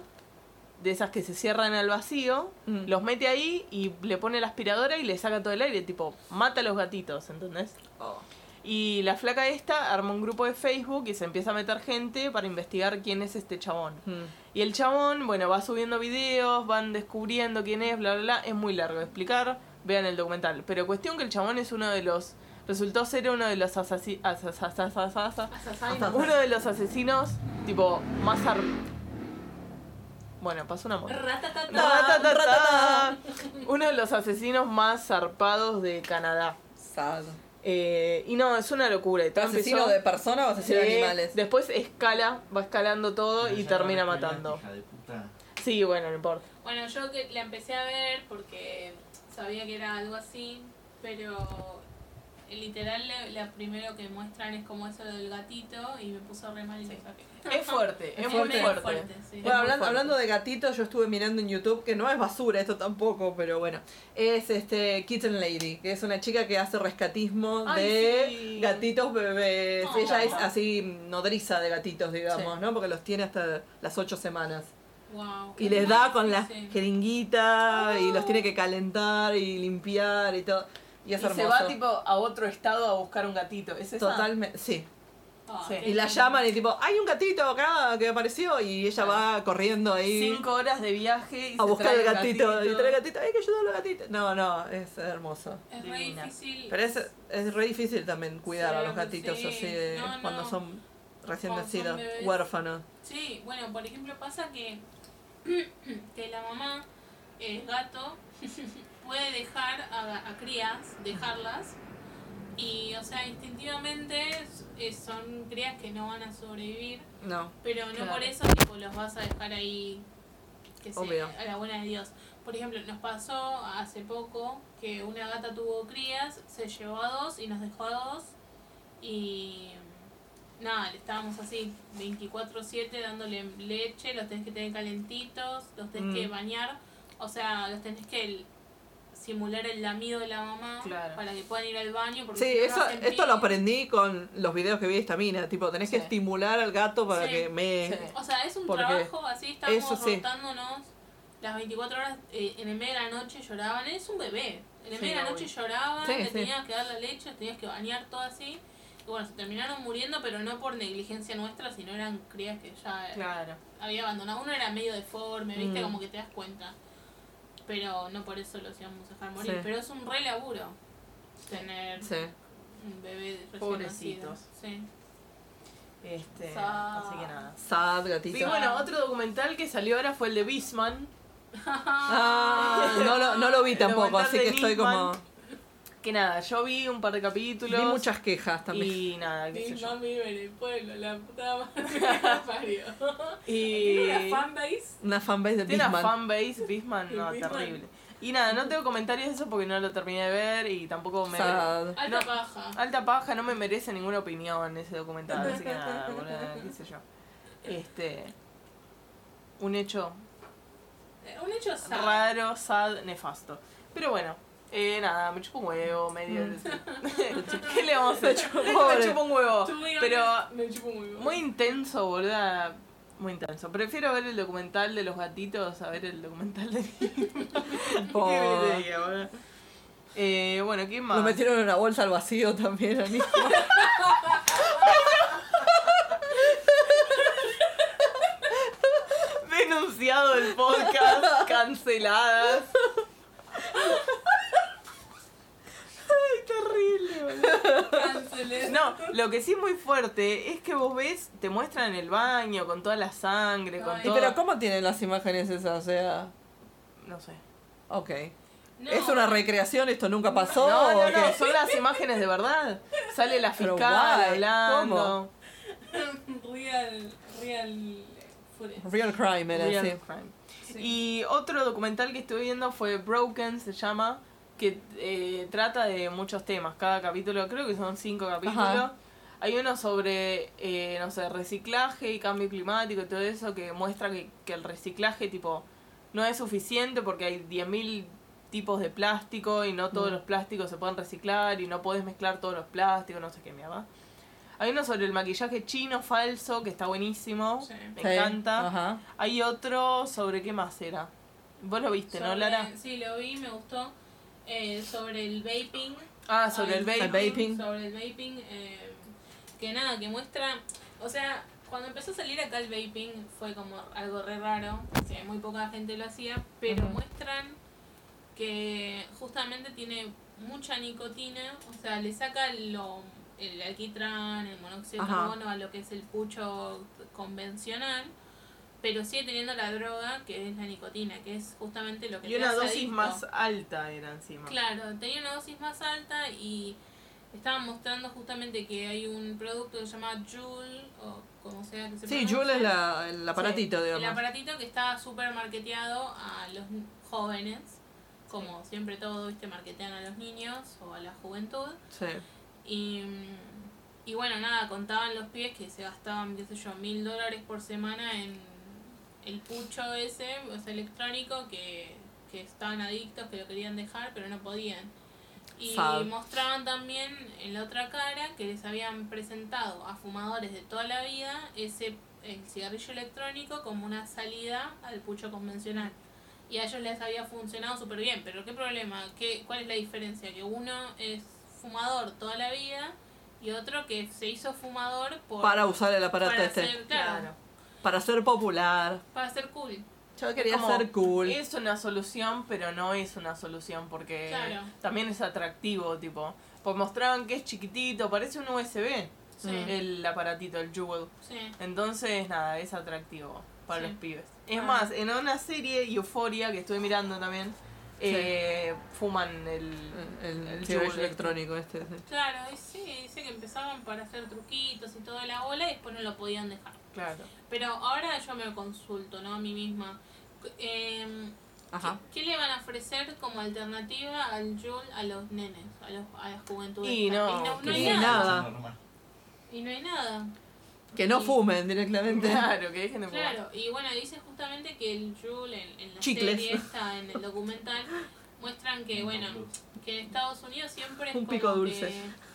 Speaker 2: de esas que se cierran al vacío,
Speaker 4: Mm.
Speaker 2: los mete ahí y le pone la aspiradora y le saca todo el aire, tipo, mata a los gatitos, ¿entendés?
Speaker 4: Oh.
Speaker 2: Y la flaca esta arma un grupo de Facebook y se empieza a meter gente para investigar quién es este chabón.
Speaker 4: Mm.
Speaker 2: Y el chabón, bueno, va subiendo videos, van descubriendo quién es, bla, bla, bla. Es muy largo de explicar, vean el documental. Pero cuestión que el chabón es uno de los... Resultó ser uno de los asasi- asas- asas- asas- asas-
Speaker 3: Asesino.
Speaker 2: Uno de los asesinos, tipo, más... ar- Bueno, pasó una moto.
Speaker 3: Ratatata.
Speaker 2: Ratatata. Uno de los asesinos más zarpados de Canadá.
Speaker 4: Sad.
Speaker 2: Eh, y no, es una locura. y todo
Speaker 4: ¿Asesino
Speaker 2: empezó-
Speaker 4: de personas o asesino
Speaker 2: Sí,
Speaker 4: de animales?
Speaker 2: Después escala, va escalando todo y termina matando.
Speaker 1: Hija de puta.
Speaker 2: Sí, bueno, no importa.
Speaker 3: Bueno, yo que la empecé a ver porque sabía que era algo así, pero literal lo, lo primero que muestran es como eso del gatito y me puso re mal y lo saqué.
Speaker 2: Es fuerte, es,
Speaker 4: Es
Speaker 2: muy
Speaker 4: fuerte.
Speaker 2: fuerte.
Speaker 3: sí.
Speaker 4: Bueno,
Speaker 2: Es muy
Speaker 4: hablando,
Speaker 2: fuerte.
Speaker 4: hablando de gatitos, yo estuve mirando en YouTube, que no es basura esto tampoco, pero bueno, es este Kitten Lady, que es una chica que hace rescatismo
Speaker 2: Ay,
Speaker 4: de
Speaker 2: sí.
Speaker 4: gatitos bebés.
Speaker 3: Oh.
Speaker 4: Ella es así nodriza de gatitos, digamos,
Speaker 2: Sí.
Speaker 4: ¿no? Porque los tiene hasta las ocho semanas.
Speaker 3: Wow, qué
Speaker 4: Y les
Speaker 3: mal,
Speaker 4: da con la
Speaker 3: sí.
Speaker 4: jeringuita y los
Speaker 3: Oh.
Speaker 4: tiene que calentar y limpiar y todo. Y es
Speaker 2: y
Speaker 4: hermoso.
Speaker 2: se va tipo a otro estado a buscar un gatito. ¿Es esa?
Speaker 4: Totalmente, sí.
Speaker 3: Ah,
Speaker 2: Sí.
Speaker 3: qué
Speaker 4: Y la
Speaker 3: lindo.
Speaker 4: llaman y tipo, hay un gatito acá que apareció y ella va corriendo ahí
Speaker 2: Cinco horas de viaje y
Speaker 4: a
Speaker 2: se
Speaker 4: buscar
Speaker 2: trae
Speaker 4: al gatito. Y trae el gatito, hay que ayudar al gatito. No, no, es hermoso.
Speaker 3: Es re
Speaker 2: Divina.
Speaker 3: difícil.
Speaker 4: Pero es, es re difícil también cuidar a los
Speaker 3: Sí,
Speaker 4: gatitos
Speaker 3: sí.
Speaker 4: así de-
Speaker 3: No, no.
Speaker 4: cuando son recién
Speaker 3: Cuando son
Speaker 4: nacidos,
Speaker 3: bebés.
Speaker 4: huérfanos.
Speaker 3: Sí, bueno, por ejemplo pasa que, que la mamá, el gato, puede dejar a, a crías, dejarlas, y o sea, instintivamente eh, son crías que no van a sobrevivir,
Speaker 4: No,
Speaker 3: pero no
Speaker 2: Claro.
Speaker 3: por eso tipo, los vas a dejar ahí que se-
Speaker 4: Obvio.
Speaker 3: a la buena de Dios. Por ejemplo, nos pasó hace poco que una gata tuvo crías, se llevó a dos y nos dejó a dos. Y nada, estábamos así 24/7 dándole leche, los tenés que tener calentitos, los tenés
Speaker 4: Mm.
Speaker 3: que bañar, o sea, los tenés que el- simular el lamido de la mamá
Speaker 2: Claro.
Speaker 3: para que puedan ir al baño. Porque
Speaker 4: Sí,
Speaker 3: si no, no
Speaker 4: eso,
Speaker 3: hacen
Speaker 4: esto lo
Speaker 3: pis.
Speaker 4: aprendí con los videos que vi de esta mina. Tipo, tenés que
Speaker 2: Sí.
Speaker 4: estimular al gato para
Speaker 3: Sí.
Speaker 4: que me...
Speaker 2: Sí.
Speaker 3: O sea, es un
Speaker 4: Eh, Porque
Speaker 3: trabajo así, estamos
Speaker 4: eso sí.
Speaker 3: rotándonos las 24 horas eh, en el medio de la noche lloraban, es un bebé. En el
Speaker 2: Sí,
Speaker 3: medio de la
Speaker 2: obvio.
Speaker 3: noche lloraban,
Speaker 4: Sí,
Speaker 3: le
Speaker 4: sí.
Speaker 3: tenías que dar la leche, le tenías que bañar todo así. Y bueno, se terminaron muriendo, pero no por negligencia nuestra, sino eran crías que ya eh,
Speaker 2: Claro.
Speaker 3: había abandonado. Uno era medio deforme, viste,
Speaker 4: Mm.
Speaker 3: como que te das cuenta. Pero no por eso los íbamos a dejar morir.
Speaker 4: Sí.
Speaker 3: Pero es un re laburo tener
Speaker 4: Sí.
Speaker 3: un bebé recién
Speaker 2: Pobrecitos.
Speaker 3: nacido. Sí.
Speaker 2: Este,
Speaker 3: Sa-
Speaker 2: así que nada.
Speaker 4: Sad, gatito.
Speaker 2: Y bueno, otro documental que salió ahora fue el de Bisman,
Speaker 4: Ah, no, lo, no lo vi tampoco,
Speaker 2: Documental
Speaker 4: así
Speaker 2: de
Speaker 4: que estoy como...
Speaker 2: Nisman. que nada, yo vi un par de capítulos
Speaker 4: Vi muchas quejas también.
Speaker 2: y nada, qué sé
Speaker 3: Mi
Speaker 2: yo.
Speaker 3: mami vive en el pueblo, la puta madre que la parió. ¿Tiene
Speaker 2: Y
Speaker 3: una fanbase?
Speaker 4: Una fanbase de
Speaker 2: Eh, tiene una
Speaker 4: Bisman.
Speaker 2: fanbase Bisman, no,
Speaker 3: Bisman.
Speaker 2: terrible. Y nada, no tengo comentarios de eso porque no lo terminé de ver y tampoco me
Speaker 4: Sad.
Speaker 3: Alta
Speaker 2: No.
Speaker 3: paja.
Speaker 2: Alta paja no me merece ninguna opinión ese documental, así que nada, boludo, qué sé yo. Este un hecho
Speaker 3: Eh, Un hecho sad.
Speaker 2: raro, sad, nefasto. Pero bueno, eh, nada, me chupo un huevo, medio. ¿Qué le vamos a
Speaker 4: Me
Speaker 2: hacer?
Speaker 4: chupa-
Speaker 2: Me
Speaker 4: pobre.
Speaker 2: chupo un huevo.
Speaker 3: Tú me
Speaker 2: Pero
Speaker 3: ganas, me chupo muy bien.
Speaker 2: muy intenso, boluda. Muy intenso. Prefiero ver el documental de los gatitos a ver el documental de.
Speaker 4: Oh.
Speaker 2: ¿Qué te digo, boluda? Eh, bueno, ¿qué más?
Speaker 4: Lo metieron en una bolsa al vacío también a mí.
Speaker 2: Denunciado el podcast, canceladas. Ay, terrible, boludo.
Speaker 3: Cancelé.
Speaker 2: No, lo que sí es muy fuerte es que vos ves, te muestran el baño con toda la sangre, con
Speaker 3: Ay.
Speaker 4: ¿Y
Speaker 2: todo.
Speaker 4: pero cómo tienen las imágenes esas? O sea,
Speaker 2: No sé.
Speaker 4: ok.
Speaker 3: No.
Speaker 4: ¿Es una recreación? ¿Esto nunca pasó?
Speaker 2: No,
Speaker 4: ¿O
Speaker 2: no, no,
Speaker 4: qué?
Speaker 2: son las imágenes de verdad. Sale la
Speaker 4: Pero
Speaker 2: fiscal
Speaker 4: guay,
Speaker 2: hablando.
Speaker 4: ¿cómo?
Speaker 3: Real, real footage.
Speaker 4: Real crime era
Speaker 2: Real
Speaker 4: así.
Speaker 2: crime.
Speaker 3: Sí.
Speaker 2: Y otro documental que estuve viendo fue Broken, se llama, que eh, trata de muchos temas. Cada capítulo, creo que son cinco capítulos.
Speaker 4: Ajá.
Speaker 2: Hay uno sobre, eh, no sé, reciclaje y cambio climático y todo eso, que muestra que, que el reciclaje, tipo, no es suficiente porque hay 10.000 tipos de plástico y no todos
Speaker 4: Mm.
Speaker 2: los plásticos se pueden reciclar y no podés mezclar todos los plásticos, no sé qué mierda. Hay uno sobre el maquillaje chino falso, que está buenísimo,
Speaker 3: Sí.
Speaker 2: me
Speaker 4: Sí,
Speaker 2: encanta.
Speaker 4: Ajá.
Speaker 2: Hay otro sobre qué más era. Vos lo viste, ¿no,
Speaker 3: Sobre-
Speaker 2: Lara? Ah,
Speaker 3: Sí, lo vi, me gustó. Eh, sobre el vaping.
Speaker 2: Ah, sobre el
Speaker 3: Ay,
Speaker 2: vape.
Speaker 4: El vaping.
Speaker 3: Sobre el vaping. eh, que nada, que muestra. O sea, cuando empezó a salir acá el vaping fue como algo re raro. o sea, muy poca gente lo hacía. Pero
Speaker 2: Ujú.
Speaker 3: muestran que justamente tiene mucha nicotina. O sea, le saca lo, el alquitrán, el monóxido de
Speaker 4: Ajá.
Speaker 3: carbono a lo que es el pucho convencional. Pero sigue teniendo la droga que es la nicotina, que es justamente lo que
Speaker 2: Y
Speaker 3: te
Speaker 2: una
Speaker 3: hace
Speaker 2: dosis
Speaker 3: adicto.
Speaker 2: más alta era encima.
Speaker 3: Claro, tenía una dosis más alta y estaban mostrando justamente que hay un producto que se llama Joule o como sea que se
Speaker 4: Sí,
Speaker 3: pronuncie,
Speaker 4: Jules es la- el aparatito,
Speaker 3: el
Speaker 4: digamos.
Speaker 3: aparatito que está súper marketeado a los n- jóvenes, como siempre todo, viste, marketean a los niños o a la juventud.
Speaker 4: Sí.
Speaker 3: Y, mm, y bueno, nada, contaban los pies que se gastaban, qué sé yo, mil dólares por semana en el pucho ese, o sea, electrónico, que, que estaban adictos, que lo querían dejar, pero no podían. Y
Speaker 4: Sad.
Speaker 3: mostraban también en la otra cara que les habían presentado a fumadores de toda la vida ese el cigarrillo electrónico como una salida al pucho convencional. Y a ellos les había funcionado súper bien, pero ¿qué problema? ¿Qué, ¿Cuál es la diferencia? Que uno es fumador toda la vida y otro que se hizo fumador por,
Speaker 4: Para usar el aparato
Speaker 3: para
Speaker 4: este.
Speaker 3: ser- claro,
Speaker 4: Para ser popular.
Speaker 3: para ser cool.
Speaker 4: Yo quería
Speaker 2: Como-
Speaker 4: ser cool.
Speaker 2: Es una solución, pero no es una solución porque
Speaker 3: Claro.
Speaker 2: también es atractivo, tipo. Pues mostraban que es chiquitito, parece un USB
Speaker 3: Sí,
Speaker 2: mm, el aparatito, el Jewel.
Speaker 3: sí.
Speaker 2: Entonces, nada, es atractivo para
Speaker 3: Sí.
Speaker 2: los pibes. Es
Speaker 3: Ah.
Speaker 2: más, en una serie, Euforia, que estuve mirando también, eh, fuman el.
Speaker 4: El,
Speaker 2: el
Speaker 4: el
Speaker 2: Jewel
Speaker 4: cigarrillo electrónico este. sí.
Speaker 3: Claro, y sí, dice que empezaban para hacer truquitos y toda la bola y después no lo podían dejar.
Speaker 2: Claro.
Speaker 3: Pero ahora yo me consulto, ¿no? A mí misma. Em,
Speaker 4: Ajá.
Speaker 3: ¿Qué le van a ofrecer como alternativa al Joule a los nenes, a, los, a la juventud?
Speaker 2: Y
Speaker 3: esta?
Speaker 2: no,
Speaker 3: y no,
Speaker 2: que
Speaker 3: hay
Speaker 4: ni
Speaker 3: nada.
Speaker 4: nada.
Speaker 1: Normal.
Speaker 3: Y no hay nada.
Speaker 4: Que no
Speaker 3: Sí.
Speaker 4: fumen directamente.
Speaker 2: Claro, que dejen de fumar.
Speaker 3: Claro, y bueno, dice justamente que el Joule en, en la
Speaker 4: Chicles.
Speaker 3: serie esta, en el documental, muestran que, bueno, que en Estados Unidos siempre es
Speaker 4: Un
Speaker 3: como
Speaker 4: pico dulce.
Speaker 3: que-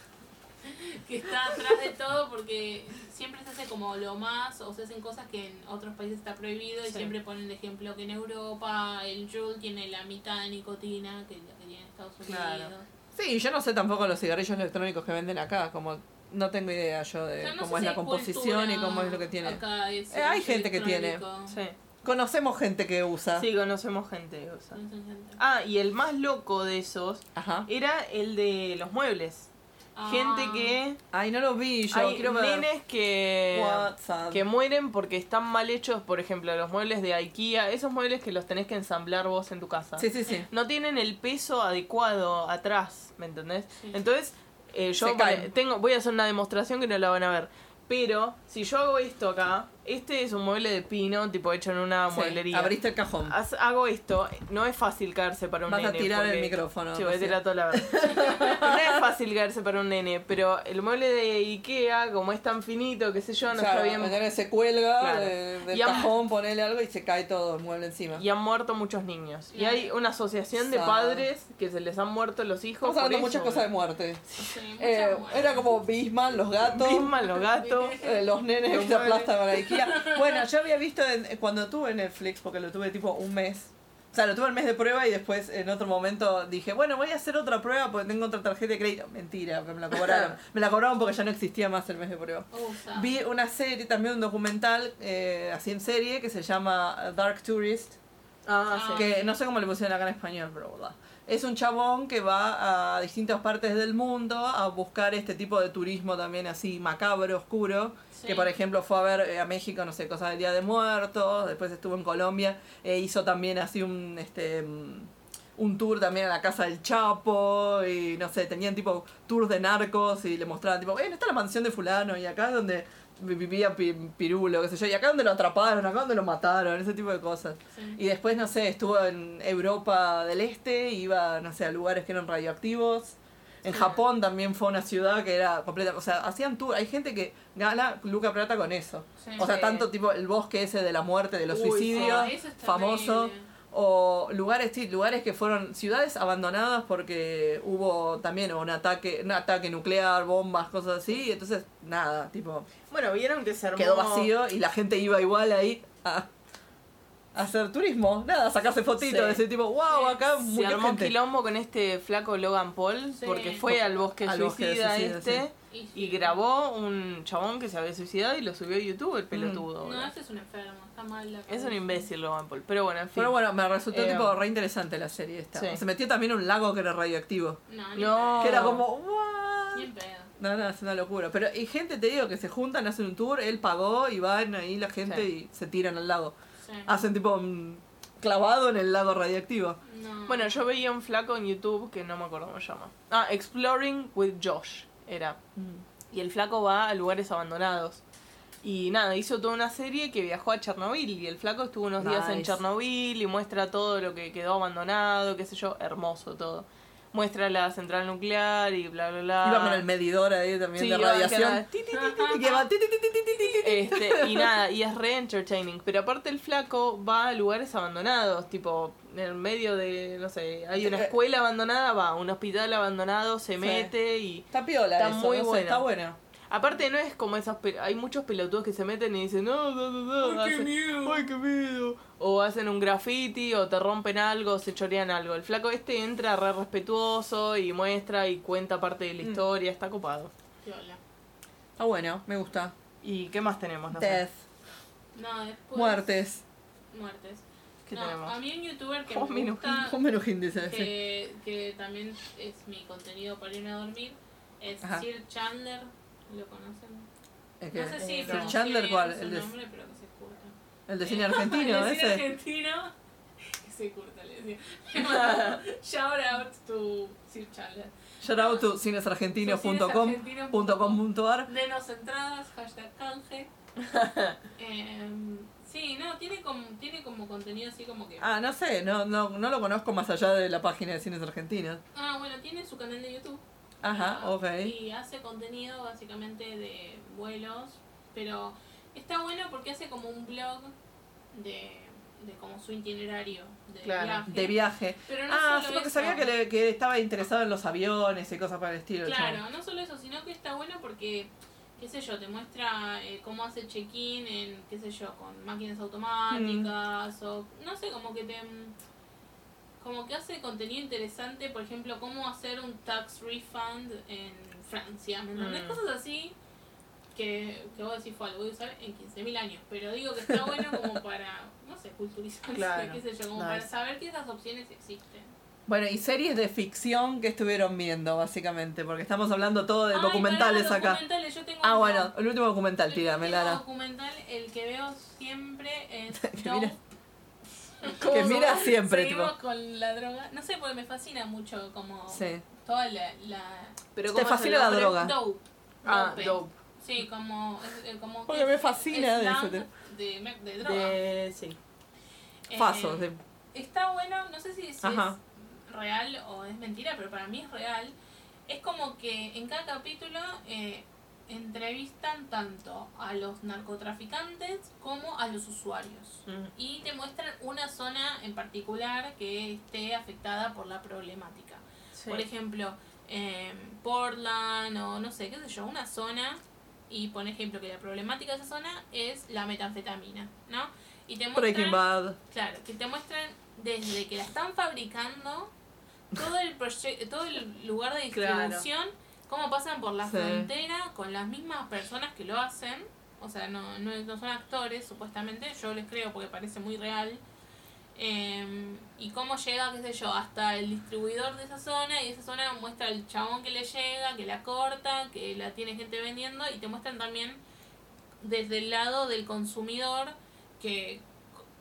Speaker 3: que está atrás de todo porque siempre se hace como lo más o se hacen cosas que en otros países está prohibido y
Speaker 2: Sí.
Speaker 3: siempre ponen el ejemplo que en Europa el Joule tiene la mitad de nicotina que la que tiene en Estados Unidos.
Speaker 2: Claro.
Speaker 4: Sí, yo no sé tampoco los cigarrillos electrónicos que venden acá. Como no tengo idea yo
Speaker 3: O
Speaker 4: de
Speaker 3: sea, no sé
Speaker 4: cómo Eh, es
Speaker 3: si
Speaker 4: la
Speaker 3: hay
Speaker 4: composición y
Speaker 3: cultura
Speaker 4: cómo es lo que tiene.
Speaker 3: acá de
Speaker 4: Eh, hay gente que tiene.
Speaker 3: electrónico.
Speaker 2: Sí.
Speaker 4: Conocemos gente que usa.
Speaker 2: Sí, conocemos gente. o sea.
Speaker 3: No sé, gente.
Speaker 2: Ah, y el más loco de esos
Speaker 4: Ajá.
Speaker 2: era el de los muebles.
Speaker 3: Ah,
Speaker 2: Gente que.
Speaker 4: Ay, no lo vi yo.
Speaker 2: hay
Speaker 4: Quiero ver. Eh,
Speaker 2: nenes que.
Speaker 4: WhatsApp.
Speaker 2: que mueren porque están mal hechos, por ejemplo, los muebles de IKEA, esos muebles que los tenés que ensamblar vos en tu casa.
Speaker 4: Sí, sí, sí.
Speaker 2: No tienen el peso adecuado atrás, ¿me entendés?
Speaker 3: Ah, Sí.
Speaker 2: Entonces, eh, yo
Speaker 4: Se caen.
Speaker 2: tengo, voy a hacer una demostración que no la van a ver. Pero, si yo hago esto acá, este es un mueble de pino, tipo hecho en una
Speaker 4: Sí,
Speaker 2: mueblería.
Speaker 4: Abriste el cajón.
Speaker 2: Haz- Hago esto, no es fácil caerse para un
Speaker 4: Vas a
Speaker 2: nene.
Speaker 4: tirar el
Speaker 2: porque-
Speaker 4: micrófono.
Speaker 2: Sí, voy a
Speaker 4: Rocío.
Speaker 2: tirar toda la verdad. No es fácil caerse para un nene, pero el mueble de Ikea, como es tan finito, qué sé yo, no
Speaker 4: Claro,
Speaker 2: está bien
Speaker 4: el nene se cuelga
Speaker 2: Claro.
Speaker 4: de- del
Speaker 2: Y am-
Speaker 4: cajón, ponele algo y se cae todo el mueble encima.
Speaker 2: Y han muerto muchos niños. Y
Speaker 3: Claro.
Speaker 2: hay una asociación de
Speaker 4: Sad.
Speaker 2: padres que se les han muerto los hijos.
Speaker 4: Estamos hablando
Speaker 2: por
Speaker 4: muchas
Speaker 2: eso.
Speaker 4: cosas de muerte.
Speaker 3: sí, mucha
Speaker 4: Eh,
Speaker 3: muerte.
Speaker 4: era como Bisman, los gatos.
Speaker 2: Misma, los gatos.
Speaker 4: eh, los nenes
Speaker 2: Los
Speaker 4: que se
Speaker 2: muebles.
Speaker 4: aplastan a la Ikea. Bueno, yo había visto en- eh, cuando tuve Netflix, porque lo tuve tipo un mes. O sea, lo tuve el mes de prueba y después en otro momento dije, bueno, voy a hacer otra prueba porque tengo otra tarjeta de crédito. Mentira, me la cobraron. me la cobraron porque ya no existía más el mes de prueba.
Speaker 3: Usa.
Speaker 4: Vi una serie, también un documental, eh, así en serie, que se llama Dark Tourist.
Speaker 2: Ah, sí.
Speaker 4: Que no sé cómo le pusieron acá en español, pero verdad. Es un chabón que va a distintas partes del mundo a buscar este tipo de turismo también así macabro, oscuro.
Speaker 3: Sí.
Speaker 4: Que por ejemplo fue a ver eh, a México, no sé, cosas del Día de Muertos, después estuvo en Colombia e hizo también así un este mm, un tour también a la casa del Chapo y no sé, tenían tipo tours de narcos y le mostraban tipo, bueno, está la mansión de fulano y acá es donde vi- vivía Pi- Pirulo, qué sé yo, y acá donde lo atraparon, acá donde lo mataron, ese tipo de cosas.
Speaker 3: Sí.
Speaker 4: Y después, no sé, estuvo en Europa del Este, iba, no sé, a lugares que eran radioactivos. En Japón también fue una ciudad que era completa. O sea, hacían tour. Hay gente que gana Luca Plata con eso.
Speaker 3: Sí.
Speaker 4: O sea,
Speaker 2: Sí.
Speaker 4: tanto tipo el bosque ese de la muerte, de los
Speaker 2: Uy,
Speaker 4: suicidios,
Speaker 3: Ah, eso es
Speaker 4: famoso.
Speaker 3: terrible.
Speaker 4: O lugares, sí, lugares que fueron ciudades abandonadas porque hubo también un ataque, un ataque nuclear, bombas, cosas así. Y entonces, nada, tipo,
Speaker 2: Bueno, vieron que se armó.
Speaker 4: quedó vacío y la gente iba igual ahí a, a hacer turismo, nada, a sacarse fotitos,
Speaker 2: Sí.
Speaker 4: de ese tipo, wow,
Speaker 3: Sí.
Speaker 4: acá
Speaker 2: Se
Speaker 4: mucha
Speaker 2: armó
Speaker 4: gente".
Speaker 2: quilombo con este flaco Logan Paul
Speaker 3: Sí.
Speaker 2: porque fue al bosque
Speaker 4: Al bosque
Speaker 2: suicida
Speaker 4: suicida,
Speaker 2: este
Speaker 4: sí.
Speaker 3: Y,
Speaker 2: y grabó un chabón que se había suicidado y lo subió a YouTube
Speaker 4: Mm.
Speaker 2: el pelotudo.
Speaker 3: No,
Speaker 2: boludo.
Speaker 3: este es un enfermo, está mal la
Speaker 2: Es
Speaker 3: cabeza.
Speaker 2: un imbécil Logan Paul, pero bueno, en fin.
Speaker 4: Pero bueno, me resultó
Speaker 2: Eh,
Speaker 4: tipo re interesante la serie esta.
Speaker 2: sí.
Speaker 4: Se metió también en un lago que era radioactivo.
Speaker 3: No,
Speaker 2: No.
Speaker 4: Que
Speaker 3: no.
Speaker 4: era como, "What?".
Speaker 3: Ni en pedo.
Speaker 4: No, no, es una locura. Pero y gente, te digo, que se juntan, hacen un tour, él pagó y van ahí la gente
Speaker 2: Sí.
Speaker 4: y se tiran al lago.
Speaker 3: Sí.
Speaker 4: Hacen tipo un clavado en el lago radioactivo.
Speaker 3: No.
Speaker 2: Bueno, yo veía un flaco en YouTube que no me acuerdo cómo se llama. Ah, Exploring with Josh era. Y el flaco va a lugares abandonados. Y nada, hizo toda una serie que viajó a Chernobyl. Y el flaco estuvo unos días en
Speaker 4: Nice.
Speaker 2: Chernobyl y muestra todo lo que quedó abandonado, qué sé yo, hermoso todo. Muestra la central nuclear y bla, bla, bla.
Speaker 4: Iba con el medidor ahí también
Speaker 2: Sí,
Speaker 4: de
Speaker 2: iba a
Speaker 4: radiación.
Speaker 2: quedar ti, ti, ti,
Speaker 4: Y que va, "Ti, ti, ti, ti, ti, ti, ti".
Speaker 2: Este, y nada, y es re entertaining. Pero aparte el flaco va a lugares abandonados, tipo, en el medio de, no sé, hay una
Speaker 4: Eh,
Speaker 2: escuela abandonada, va, a un hospital abandonado, se
Speaker 4: Sí.
Speaker 2: mete y...
Speaker 4: Está piola
Speaker 2: Está
Speaker 4: eso,
Speaker 2: muy
Speaker 4: no sé,
Speaker 2: bueno.
Speaker 4: Está buena.
Speaker 2: Aparte no es como esas... pe- Hay muchos pelotudos que se meten y dicen, no, no, no, no,
Speaker 3: Ay, qué
Speaker 2: hacen-
Speaker 3: miedo.
Speaker 2: ay, qué miedo. O hacen un graffiti, o te rompen algo, o se chorean algo. El flaco este entra re respetuoso y muestra y cuenta parte de la
Speaker 4: Mm.
Speaker 2: historia, está copado.
Speaker 3: piola.
Speaker 4: Ah, bueno, me gusta.
Speaker 2: ¿Y qué más tenemos? No sé.
Speaker 4: Death.
Speaker 3: No, después.
Speaker 4: Muertes.
Speaker 3: Muertes.
Speaker 2: ¿Qué
Speaker 3: no,
Speaker 2: tenemos?
Speaker 3: a mí un youtuber que
Speaker 2: Home
Speaker 3: me
Speaker 2: Minute.
Speaker 3: gusta,
Speaker 4: Un menos índice, sí.
Speaker 3: que, que también es mi contenido para irme a dormir, es
Speaker 4: Ajá.
Speaker 3: Sir Chandler. ¿Lo conocen?
Speaker 4: Es que-
Speaker 3: No sé si
Speaker 2: eh,
Speaker 3: pronuncié
Speaker 4: Chandler,
Speaker 3: bien
Speaker 4: ¿cuál?
Speaker 3: su
Speaker 4: El de-
Speaker 3: nombre, pero que se curta.
Speaker 4: El de cine argentino,
Speaker 3: El cine
Speaker 4: ese.
Speaker 3: argentino. Que se curta, le decía. Le mando Shout out to Sir Chandler.
Speaker 4: Shout out to
Speaker 3: Cinesargentino.com.
Speaker 4: cinesargentino.com.ar.
Speaker 3: Denos entradas, hashtag canje. Em, sí, no, tiene como, tiene como contenido así como que.
Speaker 4: Ah, no sé, no, no, no lo conozco más allá de la página de Cines Argentinos.
Speaker 3: Ah, bueno, tiene su canal de YouTube. Ah,
Speaker 4: Ajá, ok.
Speaker 3: Y hace contenido básicamente de vuelos, pero está bueno porque hace como un blog de, de como su itinerario de
Speaker 2: Claro,
Speaker 3: viaje.
Speaker 4: De viaje.
Speaker 3: Pero no
Speaker 4: Ah,
Speaker 3: solo
Speaker 4: sí, porque
Speaker 3: eso.
Speaker 4: sabía que, le- que estaba interesado en los aviones y cosas para el estilo. el chabón.
Speaker 3: Claro, no solo eso, sino que está bueno porque, qué sé yo, te muestra eh, cómo hace check-in en, qué sé yo, con
Speaker 4: Mm.
Speaker 3: máquinas automáticas o, no sé, como que te... Como que hace contenido interesante, por ejemplo, cómo hacer un tax refund en Francia, ¿me entendés?
Speaker 2: Mm.
Speaker 3: Cosas así que, que vos decís, fue, lo voy a usar en 15.000 años, pero digo que está bueno como para, no sé, culturizarse,
Speaker 2: Claro.
Speaker 3: qué sé yo, como
Speaker 4: Nice.
Speaker 3: para saber que esas opciones existen.
Speaker 4: Bueno, y series de ficción que estuvieron viendo, básicamente, porque estamos hablando todo de
Speaker 3: Ay,
Speaker 4: documentales
Speaker 3: pará,
Speaker 4: acá.
Speaker 3: documentales, yo tengo
Speaker 4: Ah,
Speaker 3: una-
Speaker 4: bueno, el último documental,
Speaker 3: El
Speaker 4: tirame,
Speaker 3: último
Speaker 4: Lara.
Speaker 3: documental, el que veo siempre es
Speaker 4: Que
Speaker 3: Dope.
Speaker 4: mira
Speaker 2: ¿Cómo
Speaker 4: Que
Speaker 2: se
Speaker 4: mira siempre, tipo.
Speaker 3: Seguimos con la droga. No sé, porque me fascina mucho como
Speaker 4: Sí.
Speaker 3: toda la... la...
Speaker 2: Pero
Speaker 4: Te
Speaker 2: ¿cómo es el
Speaker 4: fascina la
Speaker 2: nombre?
Speaker 4: droga.
Speaker 3: Dope.
Speaker 2: Ah,
Speaker 3: Dope.
Speaker 2: dope.
Speaker 3: Sí, como... es- eh, como
Speaker 4: Porque me fascina de
Speaker 3: slang
Speaker 4: eso,
Speaker 3: De, me- de droga.
Speaker 2: De... Sí.
Speaker 3: Eh,
Speaker 4: Fasos. de-
Speaker 3: Está bueno, no sé si, si
Speaker 4: Ajá.
Speaker 3: es real o es mentira, pero para mí es real. Es como que en cada capítulo eh, entrevistan tanto a los narcotraficantes como a los usuarios.
Speaker 2: Mm.
Speaker 3: y te muestran una zona en particular que esté afectada por la problemática.
Speaker 2: Sí.
Speaker 3: Por ejemplo, eh, Portland o no sé, qué sé yo, una zona y por ejemplo que la problemática de esa zona es la metanfetamina, ¿no? Y te muestran,
Speaker 4: Breaking Bad.
Speaker 3: claro, que te muestran desde que la están fabricando todo el proye- todo el lugar de
Speaker 2: Claro.
Speaker 3: distribución, cómo pasan por la
Speaker 4: Sí.
Speaker 3: frontera con las mismas personas que lo hacen, o sea, no, no, no son actores supuestamente, yo les creo porque parece muy real, Em, y cómo llega, qué sé yo, hasta el distribuidor de esa zona, y esa zona muestra el chabón que le llega, que la corta, que la tiene gente vendiendo, y te muestran también desde el lado del consumidor que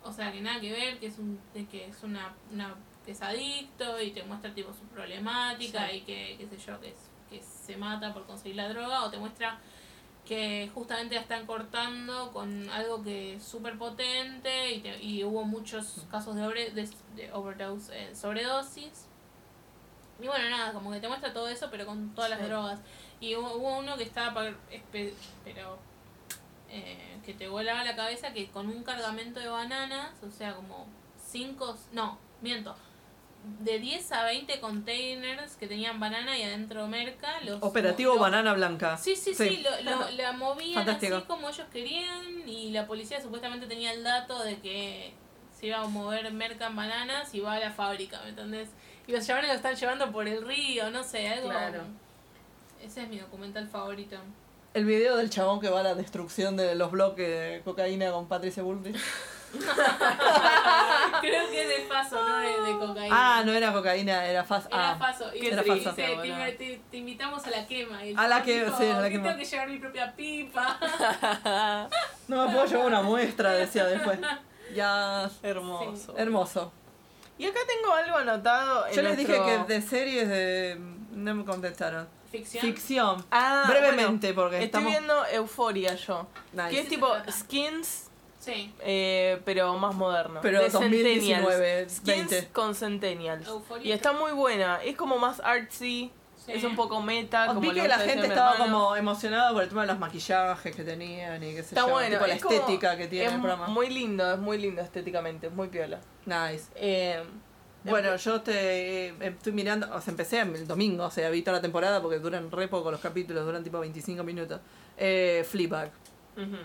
Speaker 3: o sea que nada que ver que es un de que es una, una que es adicto y te muestra tipo su problemática
Speaker 2: Sí.
Speaker 3: y que qué sé yo que es- que se mata por conseguir la droga o te muestra que justamente la están cortando con algo que es súper potente y, te- y hubo
Speaker 2: Mm.
Speaker 3: muchos casos de, obre- de, de overdose eh, sobredosis y bueno nada como que te muestra todo eso pero con todas
Speaker 2: Sí.
Speaker 3: las drogas y hubo, hubo uno que estaba par- espe- pero eh, que te volaba la cabeza que con un cargamento de bananas, o sea, como 5, no, miento, de 10 a 20 containers que tenían banana y adentro merca, los...
Speaker 4: Operativo
Speaker 3: los-
Speaker 4: Banana Blanca.
Speaker 3: Sí, sí, sí, lo- lo- la movían
Speaker 4: Fantástico.
Speaker 3: así como ellos querían y la policía supuestamente tenía el dato de que se iba a mover merca en bananas y va a la fábrica, ¿me entendés? Y los chavales lo están llevando por el río, no sé, algo...
Speaker 2: Claro.
Speaker 3: Ese es mi documental favorito.
Speaker 4: El video del chabón que va a la destrucción de los bloques de cocaína con Patricia Bullrich.
Speaker 3: Creo que es de paso, no de, de cocaína.
Speaker 4: Ah, no era cocaína, era faz.
Speaker 3: Era
Speaker 4: ah.
Speaker 3: paso. Y
Speaker 4: Era
Speaker 3: te
Speaker 4: faso.
Speaker 3: dice, te, inv- te- te invitamos a la quema. Y el
Speaker 4: A la
Speaker 3: chabón
Speaker 4: que-
Speaker 3: dijo,
Speaker 4: sí, a la
Speaker 3: "Yo
Speaker 4: quema".
Speaker 3: Tengo que llevar mi propia pipa.
Speaker 4: No me puedo llevar una muestra, decía después. Ya.
Speaker 2: Hermoso.
Speaker 4: Hermoso.
Speaker 2: Y acá tengo algo anotado. en
Speaker 4: Yo les dije
Speaker 2: nuestro-
Speaker 4: que de series de. No me contestaron.
Speaker 3: Ficción.
Speaker 4: Ficción.
Speaker 2: Ah,
Speaker 4: Brevemente, porque
Speaker 2: bueno, estoy
Speaker 4: estamos.
Speaker 2: viendo Euforia yo.
Speaker 4: Nice.
Speaker 2: Que es
Speaker 3: se
Speaker 2: tipo
Speaker 3: trata.
Speaker 2: skins,
Speaker 3: Sí.
Speaker 2: eh, pero más moderno.
Speaker 4: Pero
Speaker 2: de
Speaker 4: 2019,
Speaker 2: Centennials. Skins
Speaker 4: 20.
Speaker 2: con Centennials.
Speaker 3: Euforia.
Speaker 2: Y está muy buena. Es como más artsy,
Speaker 3: Sí.
Speaker 2: es un poco meta.
Speaker 4: Oh, Vi
Speaker 2: Ah, como
Speaker 4: que
Speaker 2: le
Speaker 4: la
Speaker 2: gusta decir a
Speaker 4: gente
Speaker 2: mi
Speaker 4: estaba
Speaker 2: hermano.
Speaker 4: como emocionada por el tema de los maquillajes que tenían y qué sé
Speaker 2: Está
Speaker 4: yo.
Speaker 2: bueno.
Speaker 4: tipo la
Speaker 2: es como-
Speaker 4: estética que tiene
Speaker 2: es
Speaker 4: el programa.
Speaker 2: Muy lindo, es muy lindo estéticamente, es muy piola.
Speaker 4: Nice.
Speaker 2: Eh,
Speaker 4: Bueno, yo te eh, estoy mirando, o sea, empecé el domingo, o sea, vi toda la temporada porque duran re poco los capítulos, duran tipo 25 minutos. Eh, Fleabag,
Speaker 2: ujú.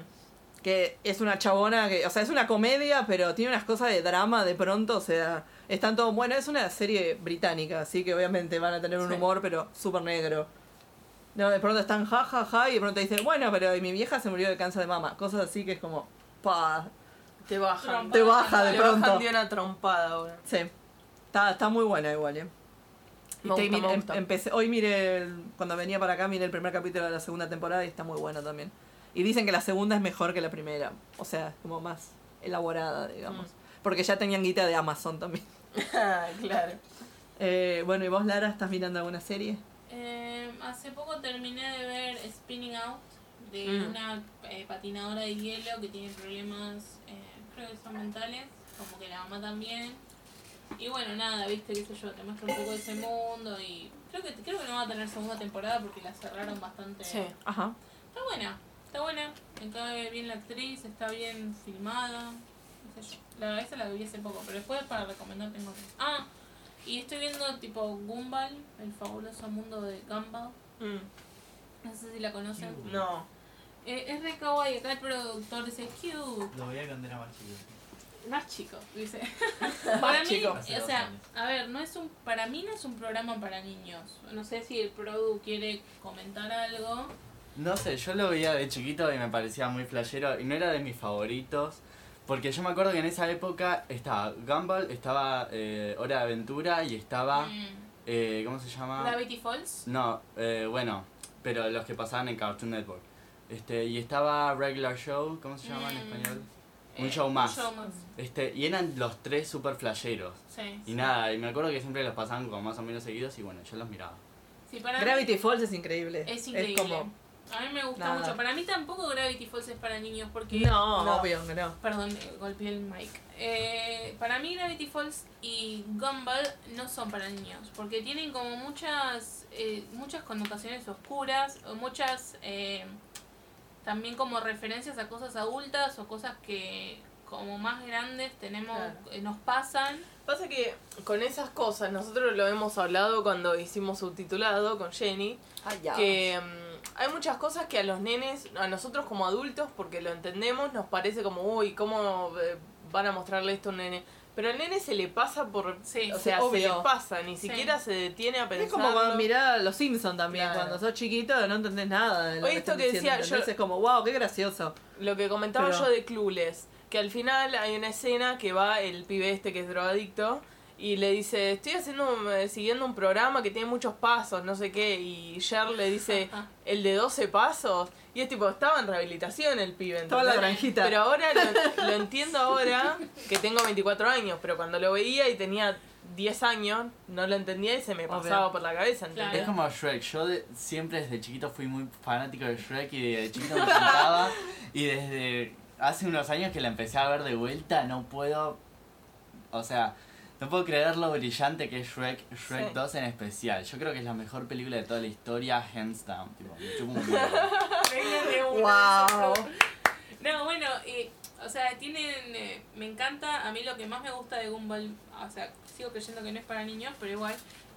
Speaker 4: que es una chabona que, o sea, es una comedia, pero tiene unas cosas de drama de pronto, o sea, están todo bueno, es una serie británica, así que obviamente van a tener un
Speaker 2: Sí.
Speaker 4: humor, pero súper negro. No, de pronto están ja, ja, ja, y de pronto dice, bueno, pero y mi vieja se murió de cáncer de mama. Cosas así que es como, pa.
Speaker 2: Te bajan.
Speaker 4: Te baja de
Speaker 2: Ah, Te
Speaker 4: pronto.
Speaker 2: bajan de una trompada ahora.
Speaker 4: Sí. Está, está muy buena igual, ¿eh?
Speaker 2: Me
Speaker 4: Este,
Speaker 2: gusta,
Speaker 4: mi-
Speaker 2: me
Speaker 4: em-
Speaker 2: gusta.
Speaker 4: empecé- hoy miré, el- cuando venía para acá, miré el primer capítulo de la segunda temporada y está muy bueno también. Y dicen que la segunda es mejor que la primera. O sea, es como más elaborada, digamos.
Speaker 2: Mm.
Speaker 4: Porque ya tenían guita de Amazon también.
Speaker 2: Ah, claro.
Speaker 4: Eh, bueno, ¿y vos, Lara, estás mirando alguna serie?
Speaker 3: Eh, hace poco terminé de ver Spinning Out de
Speaker 2: Mm.
Speaker 3: una eh, patinadora de hielo que tiene problemas, eh, creo que son mentales, como que la mamá también. Y bueno, nada, viste, qué sé yo, te muestra un poco ese mundo y creo que creo que no va a tener segunda temporada porque la cerraron bastante.
Speaker 2: Sí.
Speaker 4: Ajá.
Speaker 3: Está buena, está buena, me cae bien la actriz, está bien filmada, qué sé yo. La, esa la vi hace poco, pero después para recomendar tengo que... Ah, y estoy viendo tipo Gumball, el fabuloso mundo de Gumball.
Speaker 2: Mm,
Speaker 3: No sé si la conocen.
Speaker 2: No.
Speaker 3: Eh, es re kawaii, acá el productor dice cute.
Speaker 1: Lo veía cuando era más chico.
Speaker 3: Más chico, dice. para mí,
Speaker 2: chico.
Speaker 3: o sea, a ver, no es un, para mí no es un programa para niños. No sé si el produ quiere comentar algo.
Speaker 1: No sé, yo lo veía de chiquito y me parecía muy flashero y no era de mis favoritos. Porque yo me acuerdo que en esa época estaba Gumball, estaba eh, Hora de Aventura y estaba.
Speaker 3: Mm.
Speaker 1: eh, ¿Cómo se llama?
Speaker 3: Gravity Falls.
Speaker 1: No, eh, bueno, pero los que pasaban en Cartoon Network. Este, y estaba Regular Show, ¿cómo se llama en
Speaker 3: Mm.
Speaker 1: español?
Speaker 3: Eh,
Speaker 1: Un show más.
Speaker 3: Un show más.
Speaker 1: Este, y eran los tres super flasheros.
Speaker 3: Sí.
Speaker 1: Y nada, y me acuerdo que siempre los pasaban como más o menos seguidos y bueno, yo los miraba.
Speaker 3: Sí, para mí
Speaker 4: Ah, Gravity Falls es increíble.
Speaker 3: es increíble.
Speaker 4: como,
Speaker 3: A mí me gusta
Speaker 4: Nada.
Speaker 3: mucho. Para mí tampoco Gravity Falls es para niños porque...
Speaker 4: no,
Speaker 2: No.
Speaker 4: obvio que no.
Speaker 3: Perdón, eh, golpeé el mic. Eh, para mí Gravity Falls y Gumball no son para niños, porque tienen como muchas eh, muchas connotaciones oscuras, o muchas eh, también como referencias a cosas adultas o cosas que como más grandes tenemos
Speaker 2: Claro.
Speaker 3: eh, nos pasan.
Speaker 2: Pasa que con esas cosas, nosotros lo hemos hablado cuando hicimos subtitulado con Jenny, que mm, hay muchas cosas que a los nenes, a nosotros como adultos, porque lo entendemos, nos parece como, uy, ¿cómo eh, van a mostrarle esto a un nene? Pero al nene se le pasa por...
Speaker 3: Sí.
Speaker 2: O sea, se
Speaker 4: obvio.
Speaker 2: le pasa, ni
Speaker 3: Sí.
Speaker 2: siquiera se detiene a pensar.
Speaker 4: Es como cuando mirás a los Simpsons también,
Speaker 2: Claro.
Speaker 4: cuando sos chiquito no entendés nada. De lo
Speaker 2: Oye,
Speaker 4: que
Speaker 2: esto
Speaker 4: están
Speaker 2: que
Speaker 4: diciendo,
Speaker 2: decía, yo-
Speaker 4: ¿entendés? Es como, wow, qué gracioso.
Speaker 2: Lo que comentaba
Speaker 4: Pero-
Speaker 2: yo de Clueless, que al final hay una escena que va el pibe este que es drogadicto y le dice, estoy haciendo un- eh, siguiendo un programa que tiene muchos pasos, no sé qué, y Cher le dice,
Speaker 3: Ajá.
Speaker 2: el de 12 pasos, y es tipo, estaba en rehabilitación el pibe,
Speaker 4: Estaba en la
Speaker 2: ¿entendés?
Speaker 4: granjita.
Speaker 2: Pero ahora lo, lo entiendo ahora que tengo 24 años, pero cuando lo veía y tenía 10 años, no lo entendía y se me
Speaker 4: Obvio.
Speaker 2: pasaba por la cabeza,
Speaker 3: Ah.
Speaker 2: ¿entendés?
Speaker 1: Es como Shrek, yo de- siempre desde chiquito fui muy fanático de Shrek y de chiquito me encantaba y desde hace unos años que la empecé a ver de vuelta no puedo, o sea, no puedo creer lo brillante que es Shrek, Shrek
Speaker 2: Sí.
Speaker 1: 2 en especial, yo creo que es la mejor película de toda la historia, hands down, tipo, me chupa un huevo.
Speaker 3: Venga de una,
Speaker 4: Wow.
Speaker 3: No, bueno, eh, o sea, tienen. eh, me encanta, a mí lo que más me gusta de Gumball, o sea, sigo creyendo que no es para niños, pero igual.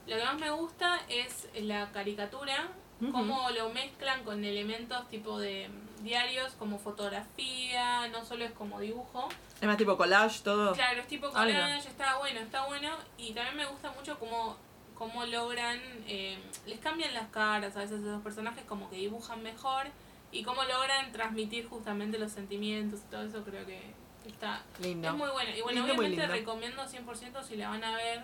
Speaker 3: Lo que más me gusta es la caricatura,
Speaker 4: Ujú.
Speaker 3: cómo lo mezclan con elementos tipo de mm, diarios, como fotografía, no solo es como dibujo.
Speaker 4: Es más tipo collage, todo.
Speaker 3: Claro, es tipo
Speaker 4: Ah,
Speaker 3: collage,
Speaker 4: mira.
Speaker 3: está bueno, está bueno. Y también me gusta mucho cómo, cómo logran, eh, les cambian las caras a veces a los personajes, como que dibujan mejor y cómo logran transmitir justamente los sentimientos y todo eso creo que está es
Speaker 4: Lindo.
Speaker 3: muy bueno. Y bueno,
Speaker 4: Lindo, muy
Speaker 3: obviamente
Speaker 4: lindo.
Speaker 3: recomiendo 100% si la van a ver,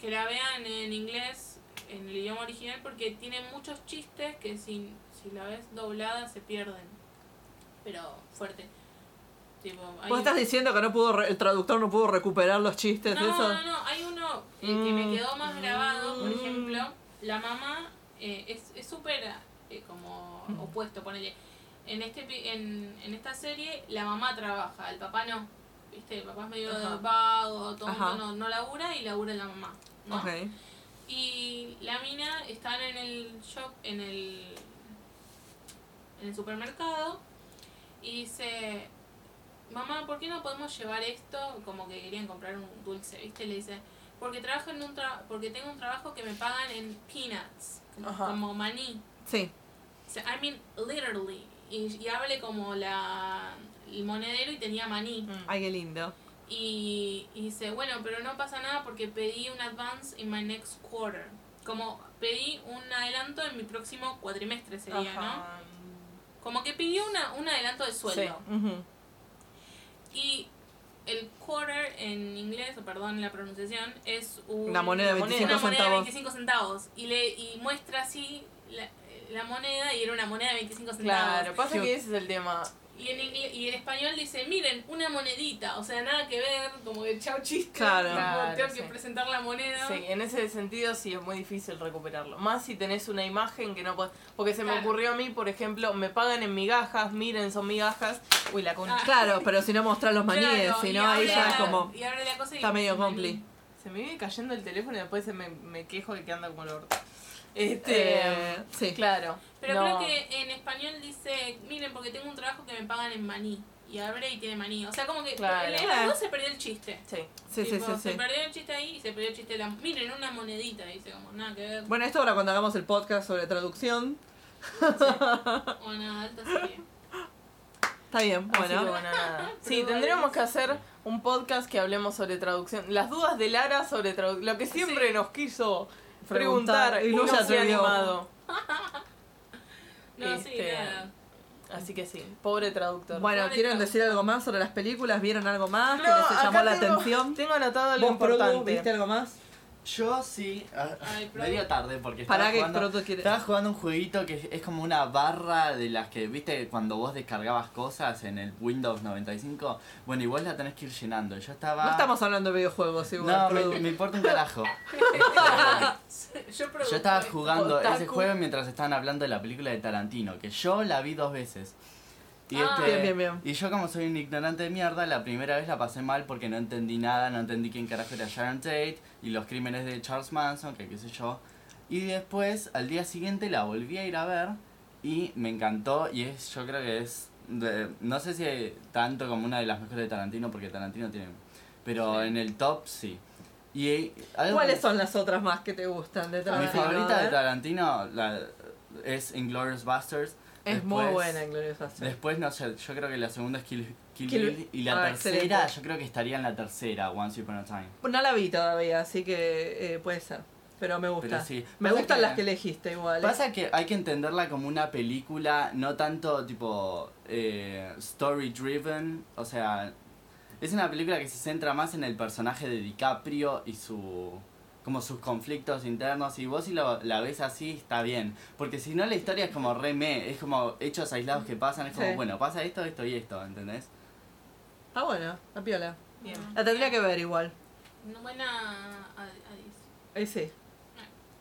Speaker 3: que la vean en inglés, en el idioma original, porque tiene muchos chistes que si, si la ves doblada se pierden. Pero fuerte. Tipo, hay-
Speaker 4: Vos estás diciendo que no pudo re- el traductor no pudo recuperar los chistes,
Speaker 3: no,
Speaker 4: eso.
Speaker 3: No, no, hay uno eh, que
Speaker 4: Mm.
Speaker 3: me quedó más grabado, por
Speaker 2: Mm.
Speaker 3: ejemplo, la mamá eh, es es súper eh, como
Speaker 4: Mm.
Speaker 3: opuesto, ponele. En, este, pi- en, en esta serie la mamá trabaja, el papá no. ¿Viste? El papá es medio
Speaker 2: Ajá.
Speaker 3: vago, todo el
Speaker 4: Ajá.
Speaker 3: mundo no, no labura y labura la mamá. ¿no?
Speaker 4: Ok.
Speaker 3: Y la mina están en el shop, en el, en el supermercado y dice, mamá, ¿por qué no podemos llevar esto? Como que querían comprar un dulce, ¿viste? Le dice, porque trabajo en un tra- porque tengo un trabajo que me pagan en peanuts, como,
Speaker 2: Ajá.
Speaker 3: como maní.
Speaker 4: Sí.
Speaker 3: O sea, I mean, literally. Y, y hable como la, el monedero y tenía maní.
Speaker 2: Mm.
Speaker 4: Ay, qué lindo.
Speaker 3: Y, y dice, bueno, pero no pasa nada porque pedí un advance in my next quarter. como pedí un adelanto en mi próximo cuatrimestre sería, ¿no?
Speaker 2: Ajá.
Speaker 3: Como que pidió una, un adelanto de sueldo.
Speaker 2: Sí. ujú.
Speaker 3: Y el quarter en inglés, o perdón la pronunciación, es un-
Speaker 4: Una moneda de
Speaker 2: Una moneda.
Speaker 4: 25
Speaker 3: una moneda de
Speaker 4: centavos.
Speaker 3: 25 centavos. Y, le, y muestra así la, la moneda y era una moneda de 25 centavos.
Speaker 2: Claro, pasa
Speaker 4: Cute.
Speaker 2: que ese es el tema.
Speaker 3: Y en, ingle- y en español dice, miren, una monedita. O sea, nada que ver, como de chau chiste.
Speaker 4: Claro.
Speaker 3: tipo,
Speaker 2: Claro,
Speaker 3: tengo
Speaker 2: sí.
Speaker 3: que presentar la moneda.
Speaker 2: Sí, en ese sentido sí es muy difícil recuperarlo. Más si tenés una imagen que no podés. Porque se me
Speaker 3: Claro.
Speaker 2: ocurrió a mí, por ejemplo, me pagan en migajas, miren, son migajas. Uy, la concha.
Speaker 4: Claro, pero si no mostrar los
Speaker 3: Ah. Claro,
Speaker 4: maníes, si
Speaker 3: y
Speaker 4: no ahí
Speaker 3: abre
Speaker 4: ya
Speaker 3: la-
Speaker 4: es como.
Speaker 3: y abre la cosa y
Speaker 4: está medio
Speaker 3: dice,
Speaker 4: compli.
Speaker 3: "Maní".
Speaker 2: Se me viene cayendo el teléfono y después se me, me quejo de que anda como el orto. Este.
Speaker 4: Eh, sí.
Speaker 2: Claro.
Speaker 3: Pero
Speaker 2: no.
Speaker 3: creo que en español dice, miren, porque tengo un trabajo que me pagan en maní. Y abre y tiene maní. O sea, como que
Speaker 2: Claro.
Speaker 3: en las dos se perdió el chiste.
Speaker 2: Sí.
Speaker 4: Sí, sí,
Speaker 3: Tipo,
Speaker 4: sí,
Speaker 3: Se
Speaker 4: sí.
Speaker 3: perdió el chiste ahí y se perdió el chiste de la... Miren, una monedita, dice, como nada que ver.
Speaker 4: Bueno, esto ahora cuando hagamos el podcast sobre traducción.
Speaker 3: O nada, alta serie.
Speaker 4: Está bien,
Speaker 2: Así que,
Speaker 4: bueno.
Speaker 2: bueno, nada. Sí, tendríamos que hacer un podcast que hablemos sobre traducción. Las dudas de Lara sobre traducción. Lo que siempre
Speaker 3: Sí.
Speaker 2: nos quiso
Speaker 4: Preguntar,
Speaker 2: preguntar
Speaker 4: y
Speaker 2: y
Speaker 4: no
Speaker 2: no
Speaker 4: se
Speaker 2: se ha
Speaker 4: atrevió.
Speaker 2: animado.
Speaker 3: No, sí,
Speaker 2: Este,
Speaker 3: nada.
Speaker 2: Así que sí, pobre traductor.
Speaker 4: Bueno,
Speaker 3: Pobre
Speaker 4: ¿quieren
Speaker 3: Trump.
Speaker 4: decir algo más sobre las películas? ¿Vieron algo más que
Speaker 2: No,
Speaker 4: les
Speaker 2: acá
Speaker 4: llamó la
Speaker 2: tengo-
Speaker 4: atención?
Speaker 2: Tengo anotado algo
Speaker 4: ¿Vos, Produ,
Speaker 2: importante.
Speaker 4: viste algo más?
Speaker 1: Yo sí, ah,
Speaker 3: Ay, pero-
Speaker 1: media tarde porque estaba
Speaker 4: Pará que
Speaker 1: jugando,
Speaker 4: Produ quiere.
Speaker 1: estaba jugando un jueguito que es como una barra de las que, viste, cuando vos descargabas cosas en el Windows 95, bueno, igual la tenés que ir llenando. Yo estaba...
Speaker 4: No estamos hablando de videojuegos igual,
Speaker 1: No, me,
Speaker 4: Produ.
Speaker 1: me importa un carajo. Este,
Speaker 3: Yo, pregunto, eh.
Speaker 1: yo estaba jugando
Speaker 2: Otaku.
Speaker 1: ese juego mientras estaban hablando de la película de Tarantino, que yo la vi dos veces. Y,
Speaker 3: Ah.
Speaker 1: este,
Speaker 4: Bien, bien, bien.
Speaker 1: y yo como soy un ignorante de mierda, la primera vez la pasé mal porque no entendí nada, no entendí quién carajo era Sharon Tate y los crímenes de Charles Manson, que qué sé yo. Y después, al día siguiente, la volví a ir a ver y me encantó y es, yo creo que es, de- no sé si tanto como una de las mejores de Tarantino, porque Tarantino tiene, pero en el top sí. Y, eh, algo
Speaker 4: ¿Cuáles
Speaker 1: que-
Speaker 4: son las otras más que te gustan de
Speaker 1: mi
Speaker 4: Tarantino?
Speaker 1: favorita
Speaker 4: A
Speaker 1: de
Speaker 4: ver.
Speaker 1: Tarantino la, es Inglourious Basterds.
Speaker 4: Es muy buena, Glorious Bastards.
Speaker 1: Después, no sé, yo creo que la segunda es Kill, Kill
Speaker 4: Kill-
Speaker 1: Bill. Y la
Speaker 4: ah,
Speaker 1: tercera,
Speaker 4: excelente.
Speaker 1: yo creo que estaría en la tercera, Once Upon a Time.
Speaker 4: No la vi todavía, así que eh, puede ser. Pero me gusta.
Speaker 1: Pero sí.
Speaker 4: Me
Speaker 1: Pasa
Speaker 4: gustan
Speaker 1: que-
Speaker 4: las que elegiste igual. ¿eh?
Speaker 1: Pasa que hay que entenderla como una película, no tanto tipo eh, story driven, o sea, es una película que se centra más en el personaje de DiCaprio y su como sus conflictos internos y vos si lo- la ves así está bien, porque si no la historia es como re me, es como hechos aislados que pasan, es como
Speaker 4: Sí.
Speaker 1: bueno, pasa esto, esto y esto, ¿entendés?
Speaker 4: Está buena, la piola.
Speaker 2: Bien.
Speaker 4: La tendría que ver igual.
Speaker 3: No, buena a- a-
Speaker 4: Ahí Eh, sí.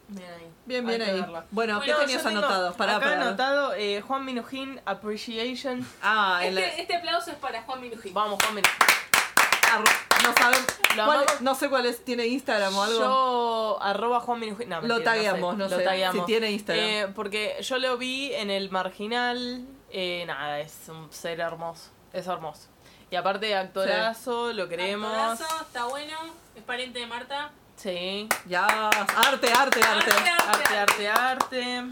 Speaker 2: Bien ahí.
Speaker 4: Bien, bien
Speaker 2: Hay que
Speaker 4: ahí.
Speaker 2: verla.
Speaker 4: Bueno, ¿qué
Speaker 2: Bueno, yo
Speaker 4: tenías
Speaker 2: tengo
Speaker 4: anotados? Pará,
Speaker 2: acá
Speaker 4: pará.
Speaker 2: anotado eh, Juan Minujín Appreciation.
Speaker 4: Ah, en la-
Speaker 3: este, este aplauso es para Juan Minujín.
Speaker 2: Vamos, Juan Minujín.
Speaker 4: arro- no sabemos.
Speaker 2: Lo
Speaker 4: cuál-
Speaker 2: amamos.
Speaker 4: no sé cuál es. ¿Tiene Instagram o algo?
Speaker 2: Yo arroba Juan Minujín. No,
Speaker 4: lo
Speaker 2: mentira, no sé.
Speaker 4: tagueamos, no sé.
Speaker 2: Lo tagueamos.
Speaker 4: Si tiene Instagram.
Speaker 2: Eh, porque yo lo vi en el marginal. eh, nada, es un ser hermoso. Es hermoso. Y aparte, actorazo, lo queremos.
Speaker 3: Actorazo, está bueno, es pariente de Marta.
Speaker 2: Sí.
Speaker 4: ya. Arte, arte, arte.
Speaker 2: Arte, arte, arte.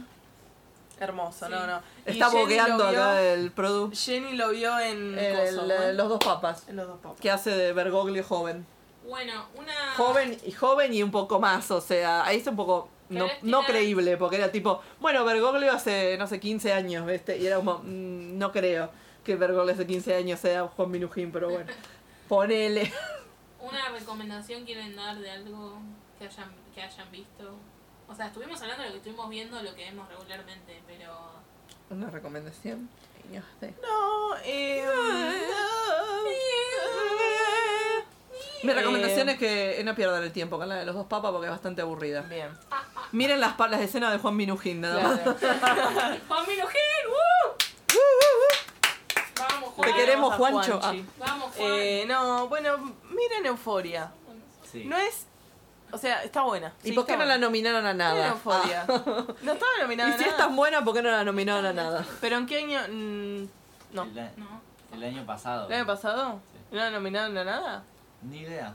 Speaker 2: Hermoso,
Speaker 3: Sí.
Speaker 2: no, no. Y
Speaker 4: Está
Speaker 2: Jenny
Speaker 4: boqueando
Speaker 2: lo vio-
Speaker 4: acá el producto.
Speaker 2: Jenny lo vio en.
Speaker 4: Eh,
Speaker 2: coso, ¿no?
Speaker 4: los dos papas.
Speaker 2: En los dos papas.
Speaker 4: Que hace de Bergoglio joven.
Speaker 3: Bueno, una.
Speaker 4: Joven y joven y un poco más, o sea, ahí está un poco no,
Speaker 3: Pero es que
Speaker 4: no
Speaker 3: era-
Speaker 4: creíble, porque era tipo, bueno, Bergoglio hace, no sé, 15 años, ¿viste? Y era como, mm, no creo que Bergoglio hace 15 años sea Juan Minujín, pero bueno, ponele.
Speaker 3: Una recomendación quieren dar de algo que hayan, que hayan visto. O sea, estuvimos hablando de lo que estuvimos viendo, lo que vemos regularmente, pero.
Speaker 4: Una recomendación. No, sí.
Speaker 2: No, eh,
Speaker 4: Mi recomendación es que eh, no pierdan el tiempo con la de los dos papas porque es bastante aburrida.
Speaker 2: Bien.
Speaker 4: Miren las, pa- las escenas de Juan Minujín, nada más.
Speaker 2: Claro.
Speaker 3: ¡Juan Minujín! ¡Woo! Vamos, Juan.
Speaker 4: Te queremos,
Speaker 2: Vamos a
Speaker 4: Juancho.
Speaker 2: Juanchi.
Speaker 3: Vamos, Ah. Juan.
Speaker 2: Eh, no, bueno, miren Euforia.
Speaker 1: Sí.
Speaker 2: No es. O sea, está buena.
Speaker 4: ¿Y por qué no la nominaron a nada?
Speaker 2: nominaron? Euforia. No estaba nominada.
Speaker 4: Ah. Y si es
Speaker 2: nada.
Speaker 4: tan buena, ¿por qué no la nominaron a nada?
Speaker 2: Pero en qué año. Mm, no.
Speaker 1: El, a-
Speaker 3: No.
Speaker 1: el año pasado.
Speaker 2: ¿El año pasado?
Speaker 1: Sí.
Speaker 2: ¿No la nominaron a nada?
Speaker 1: Ni idea.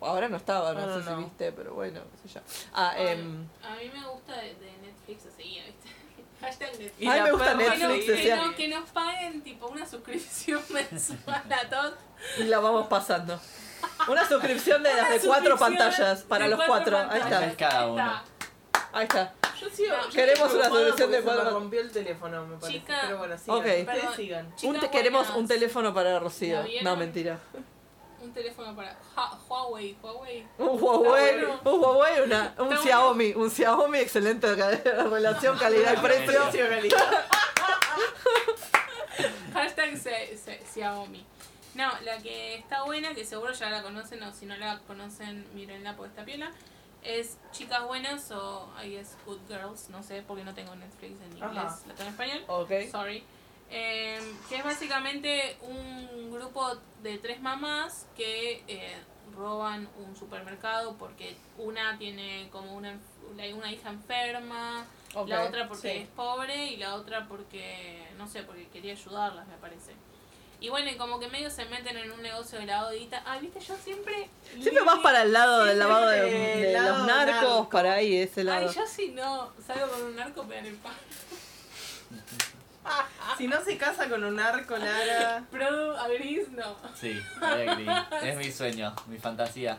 Speaker 4: Ahora no estaba, no,
Speaker 2: Ahora
Speaker 4: sé
Speaker 2: no.
Speaker 4: si viste, pero bueno, qué sé yo. Ah, em,
Speaker 3: A mí me gusta de, de Netflix así, ¿viste? Hashtag Netflix.
Speaker 2: Y
Speaker 4: a mí
Speaker 2: la
Speaker 4: me gusta
Speaker 2: perra
Speaker 3: Que, no-
Speaker 4: Netflix,
Speaker 2: sí.
Speaker 4: o
Speaker 3: que,
Speaker 4: sea,
Speaker 3: no, que nos paguen tipo una suscripción mensual a todos.
Speaker 4: y la vamos pasando. Una suscripción de las de cuatro
Speaker 3: Suscripción
Speaker 4: pantallas, para
Speaker 3: de
Speaker 4: los cuatro, ahí
Speaker 3: pantallas.
Speaker 4: está.
Speaker 1: Cada uno.
Speaker 3: Ahí está.
Speaker 4: Ahí está.
Speaker 2: Yo sigo.
Speaker 3: No,
Speaker 4: queremos
Speaker 2: preocupada
Speaker 4: una solución
Speaker 2: porque
Speaker 4: de cuadro.
Speaker 2: Se me rompió el teléfono, me parece.
Speaker 3: Chica.
Speaker 2: Pero bueno, sigan.
Speaker 4: Ok.
Speaker 2: Ustedes
Speaker 3: Perdón.
Speaker 2: sigan.
Speaker 3: Chicas
Speaker 4: Un te- queremos
Speaker 3: buenas.
Speaker 4: un teléfono para
Speaker 3: ¿La
Speaker 4: Rocío.
Speaker 3: vieron?
Speaker 4: No, mentira.
Speaker 3: Un teléfono para Ja- Huawei, Huawei.
Speaker 4: Un Huawei,
Speaker 3: bueno.
Speaker 4: un Huawei, una, un
Speaker 3: bueno.
Speaker 4: Xiaomi, un Xiaomi excelente ca- relación calidad y precio.
Speaker 2: Precio, calidad.
Speaker 3: Hashtag se- se- Xiaomi. No, la que está buena, que seguro ya la conocen, o si no la conocen, mírenla porque está piola, es Chicas Buenas o I guess Good Girls, no sé, porque no tengo Netflix en
Speaker 2: Ajá.
Speaker 3: inglés, la tengo en español.
Speaker 4: Ok.
Speaker 3: Sorry. Eh, que es básicamente un grupo de tres mamás que eh, roban un supermercado porque una tiene como una, enf- una hija enferma,
Speaker 4: Ok,
Speaker 3: la otra porque
Speaker 2: sí.
Speaker 3: es pobre y la otra porque, no sé, porque quería ayudarlas, me parece. Y bueno, y como que medio se meten en un negocio de la odita. Ah, viste, yo siempre...
Speaker 4: Siempre vas para el lado del
Speaker 2: Siempre
Speaker 4: lavado de,
Speaker 2: del
Speaker 4: de
Speaker 2: lado
Speaker 4: los narcos,
Speaker 2: narco.
Speaker 4: para ahí, ese lado.
Speaker 3: Ay, yo si no salgo con un narco, me dan el pan.
Speaker 2: Si no se casa con un arco, Lara.
Speaker 3: Pero a gris, no.
Speaker 1: Sí, María Gris. Es mi sueño, mi fantasía.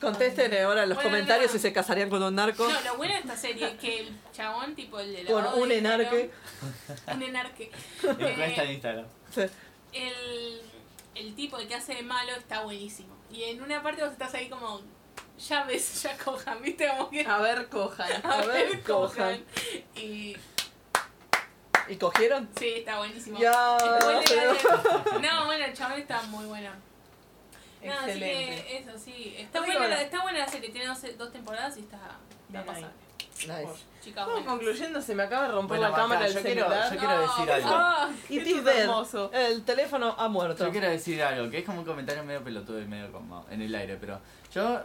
Speaker 4: Contesten ahora en los
Speaker 3: Bueno,
Speaker 4: comentarios
Speaker 3: no.
Speaker 4: si se casarían con un narco,
Speaker 3: No, lo bueno de esta serie es que el chabón, tipo el de la
Speaker 4: con un enarque.
Speaker 3: Un enarque.
Speaker 1: Encuesta en
Speaker 3: Eh,
Speaker 1: Instagram.
Speaker 4: Sí.
Speaker 3: el, el tipo que hace de malo está buenísimo. Y en una parte vos estás ahí como, ya ves, ya cojan, viste como que...
Speaker 2: A ver, cojan.
Speaker 3: A ver,
Speaker 4: ver,
Speaker 3: cojan.
Speaker 4: cojan.
Speaker 3: Y
Speaker 4: ¿Y cogieron?
Speaker 3: sí, está buenísimo.
Speaker 4: Ya.
Speaker 3: Después le dan- No, bueno, el chabón está muy bueno. No, así
Speaker 2: Excelente.
Speaker 3: que eso, sí. Está
Speaker 2: Muy
Speaker 3: buena,
Speaker 2: buena.
Speaker 3: la, está buena la serie, tiene dos, dos temporadas y está,
Speaker 2: Bien
Speaker 3: está pasable.
Speaker 4: Nice.
Speaker 3: Chicas,
Speaker 2: Vamos
Speaker 3: buenas.
Speaker 2: concluyendo, se me acaba de romper
Speaker 1: Bueno,
Speaker 2: la cámara
Speaker 1: Maca,
Speaker 2: del
Speaker 1: yo quiero-
Speaker 2: celular.
Speaker 1: yo quiero decir algo.
Speaker 3: ah,
Speaker 4: Y
Speaker 2: Esto es
Speaker 4: Tisber,
Speaker 2: hermoso.
Speaker 4: el teléfono ha muerto.
Speaker 1: Yo quiero decir algo, que es como un comentario medio pelotudo y medio como en el aire, pero yo,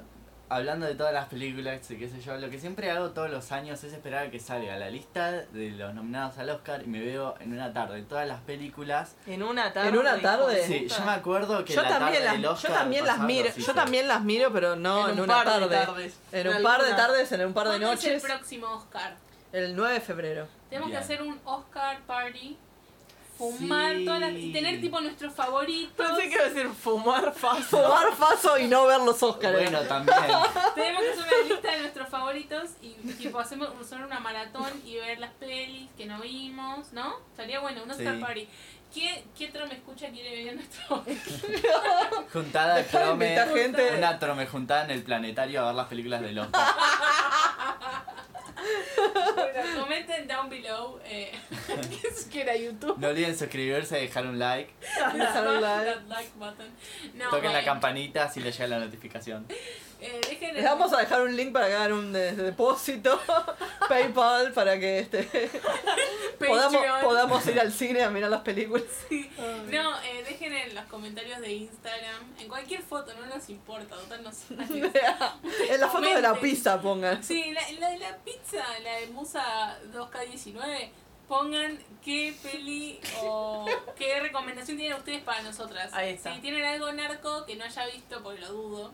Speaker 1: hablando de todas las películas y qué sé yo, lo que siempre hago todos los años es esperar a que salga la lista de los nominados al Oscar y me veo en una tarde todas las películas.
Speaker 2: En una tarde.
Speaker 4: En una tarde.
Speaker 2: hijo de
Speaker 1: Sí,
Speaker 2: puta.
Speaker 1: yo me acuerdo que
Speaker 4: Yo
Speaker 1: la
Speaker 4: también,
Speaker 1: tarde
Speaker 4: las,
Speaker 1: del
Speaker 4: yo
Speaker 1: Oscar
Speaker 4: también las
Speaker 1: pasaban
Speaker 4: miro,
Speaker 1: los
Speaker 4: yo
Speaker 1: hijos.
Speaker 4: también las miro, pero no en,
Speaker 2: un
Speaker 4: una
Speaker 2: par de
Speaker 4: tarde.
Speaker 2: tardes.
Speaker 4: En un par de
Speaker 2: alguna.
Speaker 4: tardes, en un par de
Speaker 3: ¿cuándo es
Speaker 4: noches,
Speaker 3: el próximo Oscar?
Speaker 4: el 9 de febrero.
Speaker 3: Tenemos
Speaker 1: Bien.
Speaker 3: que hacer un Oscar party. Fumar
Speaker 1: Sí.
Speaker 3: todas las. y tener tipo nuestros favoritos.
Speaker 2: Pensé que iba a decir fumar fácil.
Speaker 4: Fumar faso y no ver los
Speaker 3: ¿eh?
Speaker 4: Óscares.
Speaker 1: Bueno, también.
Speaker 3: Tenemos que hacer una lista de nuestros favoritos y tipo hacemos hacer una maratón y ver las pelis que no vimos, ¿no? Estaría bueno, un Oscar
Speaker 1: Sí.
Speaker 3: party. ¿Qué, ¿Qué otro me escucha quiere venir a nuestro
Speaker 1: Juntada de
Speaker 4: Dejá de
Speaker 1: trome,
Speaker 4: invitar gente.
Speaker 1: una trome juntada en el planetario a ver las películas del Oscar.
Speaker 3: Bueno, Comenten down below eh, que es que era YouTube.
Speaker 1: No olviden suscribirse, dejar un like,
Speaker 4: Dejar un like.
Speaker 3: That like button. No,
Speaker 1: toquen la
Speaker 3: eh,
Speaker 1: campanita si les llega la notificación.
Speaker 3: eh, dejen
Speaker 4: Les vamos a dejar un link para que hagan un de- depósito PayPal para que este, podamos,
Speaker 3: Patreon.
Speaker 4: podamos ir al cine a mirar las películas.
Speaker 2: Ah.
Speaker 3: No, eh, dejen en los comentarios de Instagram, en cualquier foto, no nos importa, total nos
Speaker 4: en las fotos de la pizza pongan.
Speaker 3: Sí, la, la de la pizza, la de Musa 2K19, pongan qué peli o qué recomendación tienen ustedes para nosotras.
Speaker 2: Ahí está.
Speaker 3: Si tienen algo narco que no haya visto, porque lo dudo,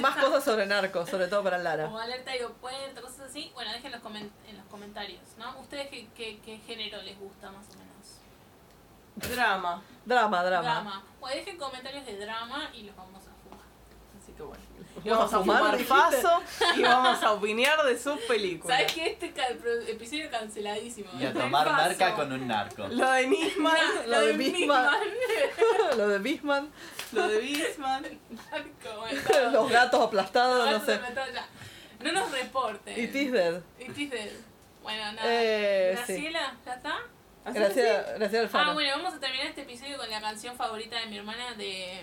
Speaker 4: Más cosas sobre narcos, sobre todo para Lara.
Speaker 3: o alerta aeropuerto, cosas así, bueno, dejen los comen- en los comentarios, ¿no? ¿Ustedes qué, qué, qué género les gusta más o menos?
Speaker 2: Drama.
Speaker 4: Drama, drama.
Speaker 3: O dejen comentarios de drama y los vamos a fumar.
Speaker 2: Así que bueno. Y
Speaker 4: ¿Vamos
Speaker 2: vamos
Speaker 4: a
Speaker 2: a
Speaker 4: fumar,
Speaker 2: fumar
Speaker 4: dijiste?
Speaker 2: faso y vamos a opinar de sus películas.
Speaker 3: ¿Sabes qué? Este ca- pro- episodio canceladísimo. Ah,
Speaker 1: Y a
Speaker 3: Del
Speaker 1: tomar
Speaker 3: paso.
Speaker 1: marca con un narco.
Speaker 2: Lo de Nisman,
Speaker 3: Nah,
Speaker 4: lo de Bismarck. Lo de Bisman,
Speaker 2: lo de Bisman.
Speaker 3: Narco, bueno.
Speaker 4: los gatos aplastados, no
Speaker 3: Algo
Speaker 4: sé.
Speaker 3: sobre todo ya. No nos reporten.
Speaker 4: Y Tisded.
Speaker 3: It is dead. Bueno, nada.
Speaker 4: Eh, sí.
Speaker 3: Ah, Graciela, ¿ya está?
Speaker 2: Así
Speaker 4: Gracias, gracias Alfano.
Speaker 3: Ah, bueno, vamos a terminar este episodio con la canción favorita de mi hermana de,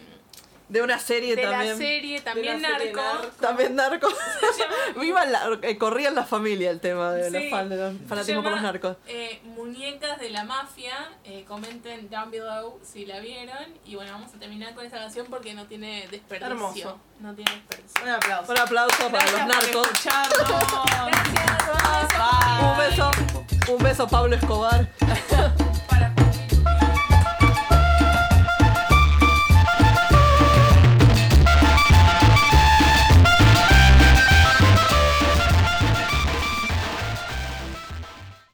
Speaker 4: De una serie
Speaker 3: de
Speaker 4: también.
Speaker 3: la serie, también
Speaker 2: la serie
Speaker 3: narco.
Speaker 2: Narco.
Speaker 4: También narcos.
Speaker 3: Se llama,
Speaker 4: Viva la, eh, corría en la familia el tema de los
Speaker 3: Sí.
Speaker 4: fan- de los fanatismo por los
Speaker 3: Llama-
Speaker 4: narcos.
Speaker 3: eh, Muñecas de la Mafia. Eh, comenten down below si la vieron. Y bueno, vamos a terminar con esta canción porque no tiene desperdicio.
Speaker 2: Hermoso.
Speaker 3: No tiene desperdicio.
Speaker 2: Un aplauso.
Speaker 4: Un aplauso para los
Speaker 2: Gracias por
Speaker 4: narcos.
Speaker 2: escucharnos.
Speaker 3: Gracias.
Speaker 4: Un beso, un beso Pablo Escobar.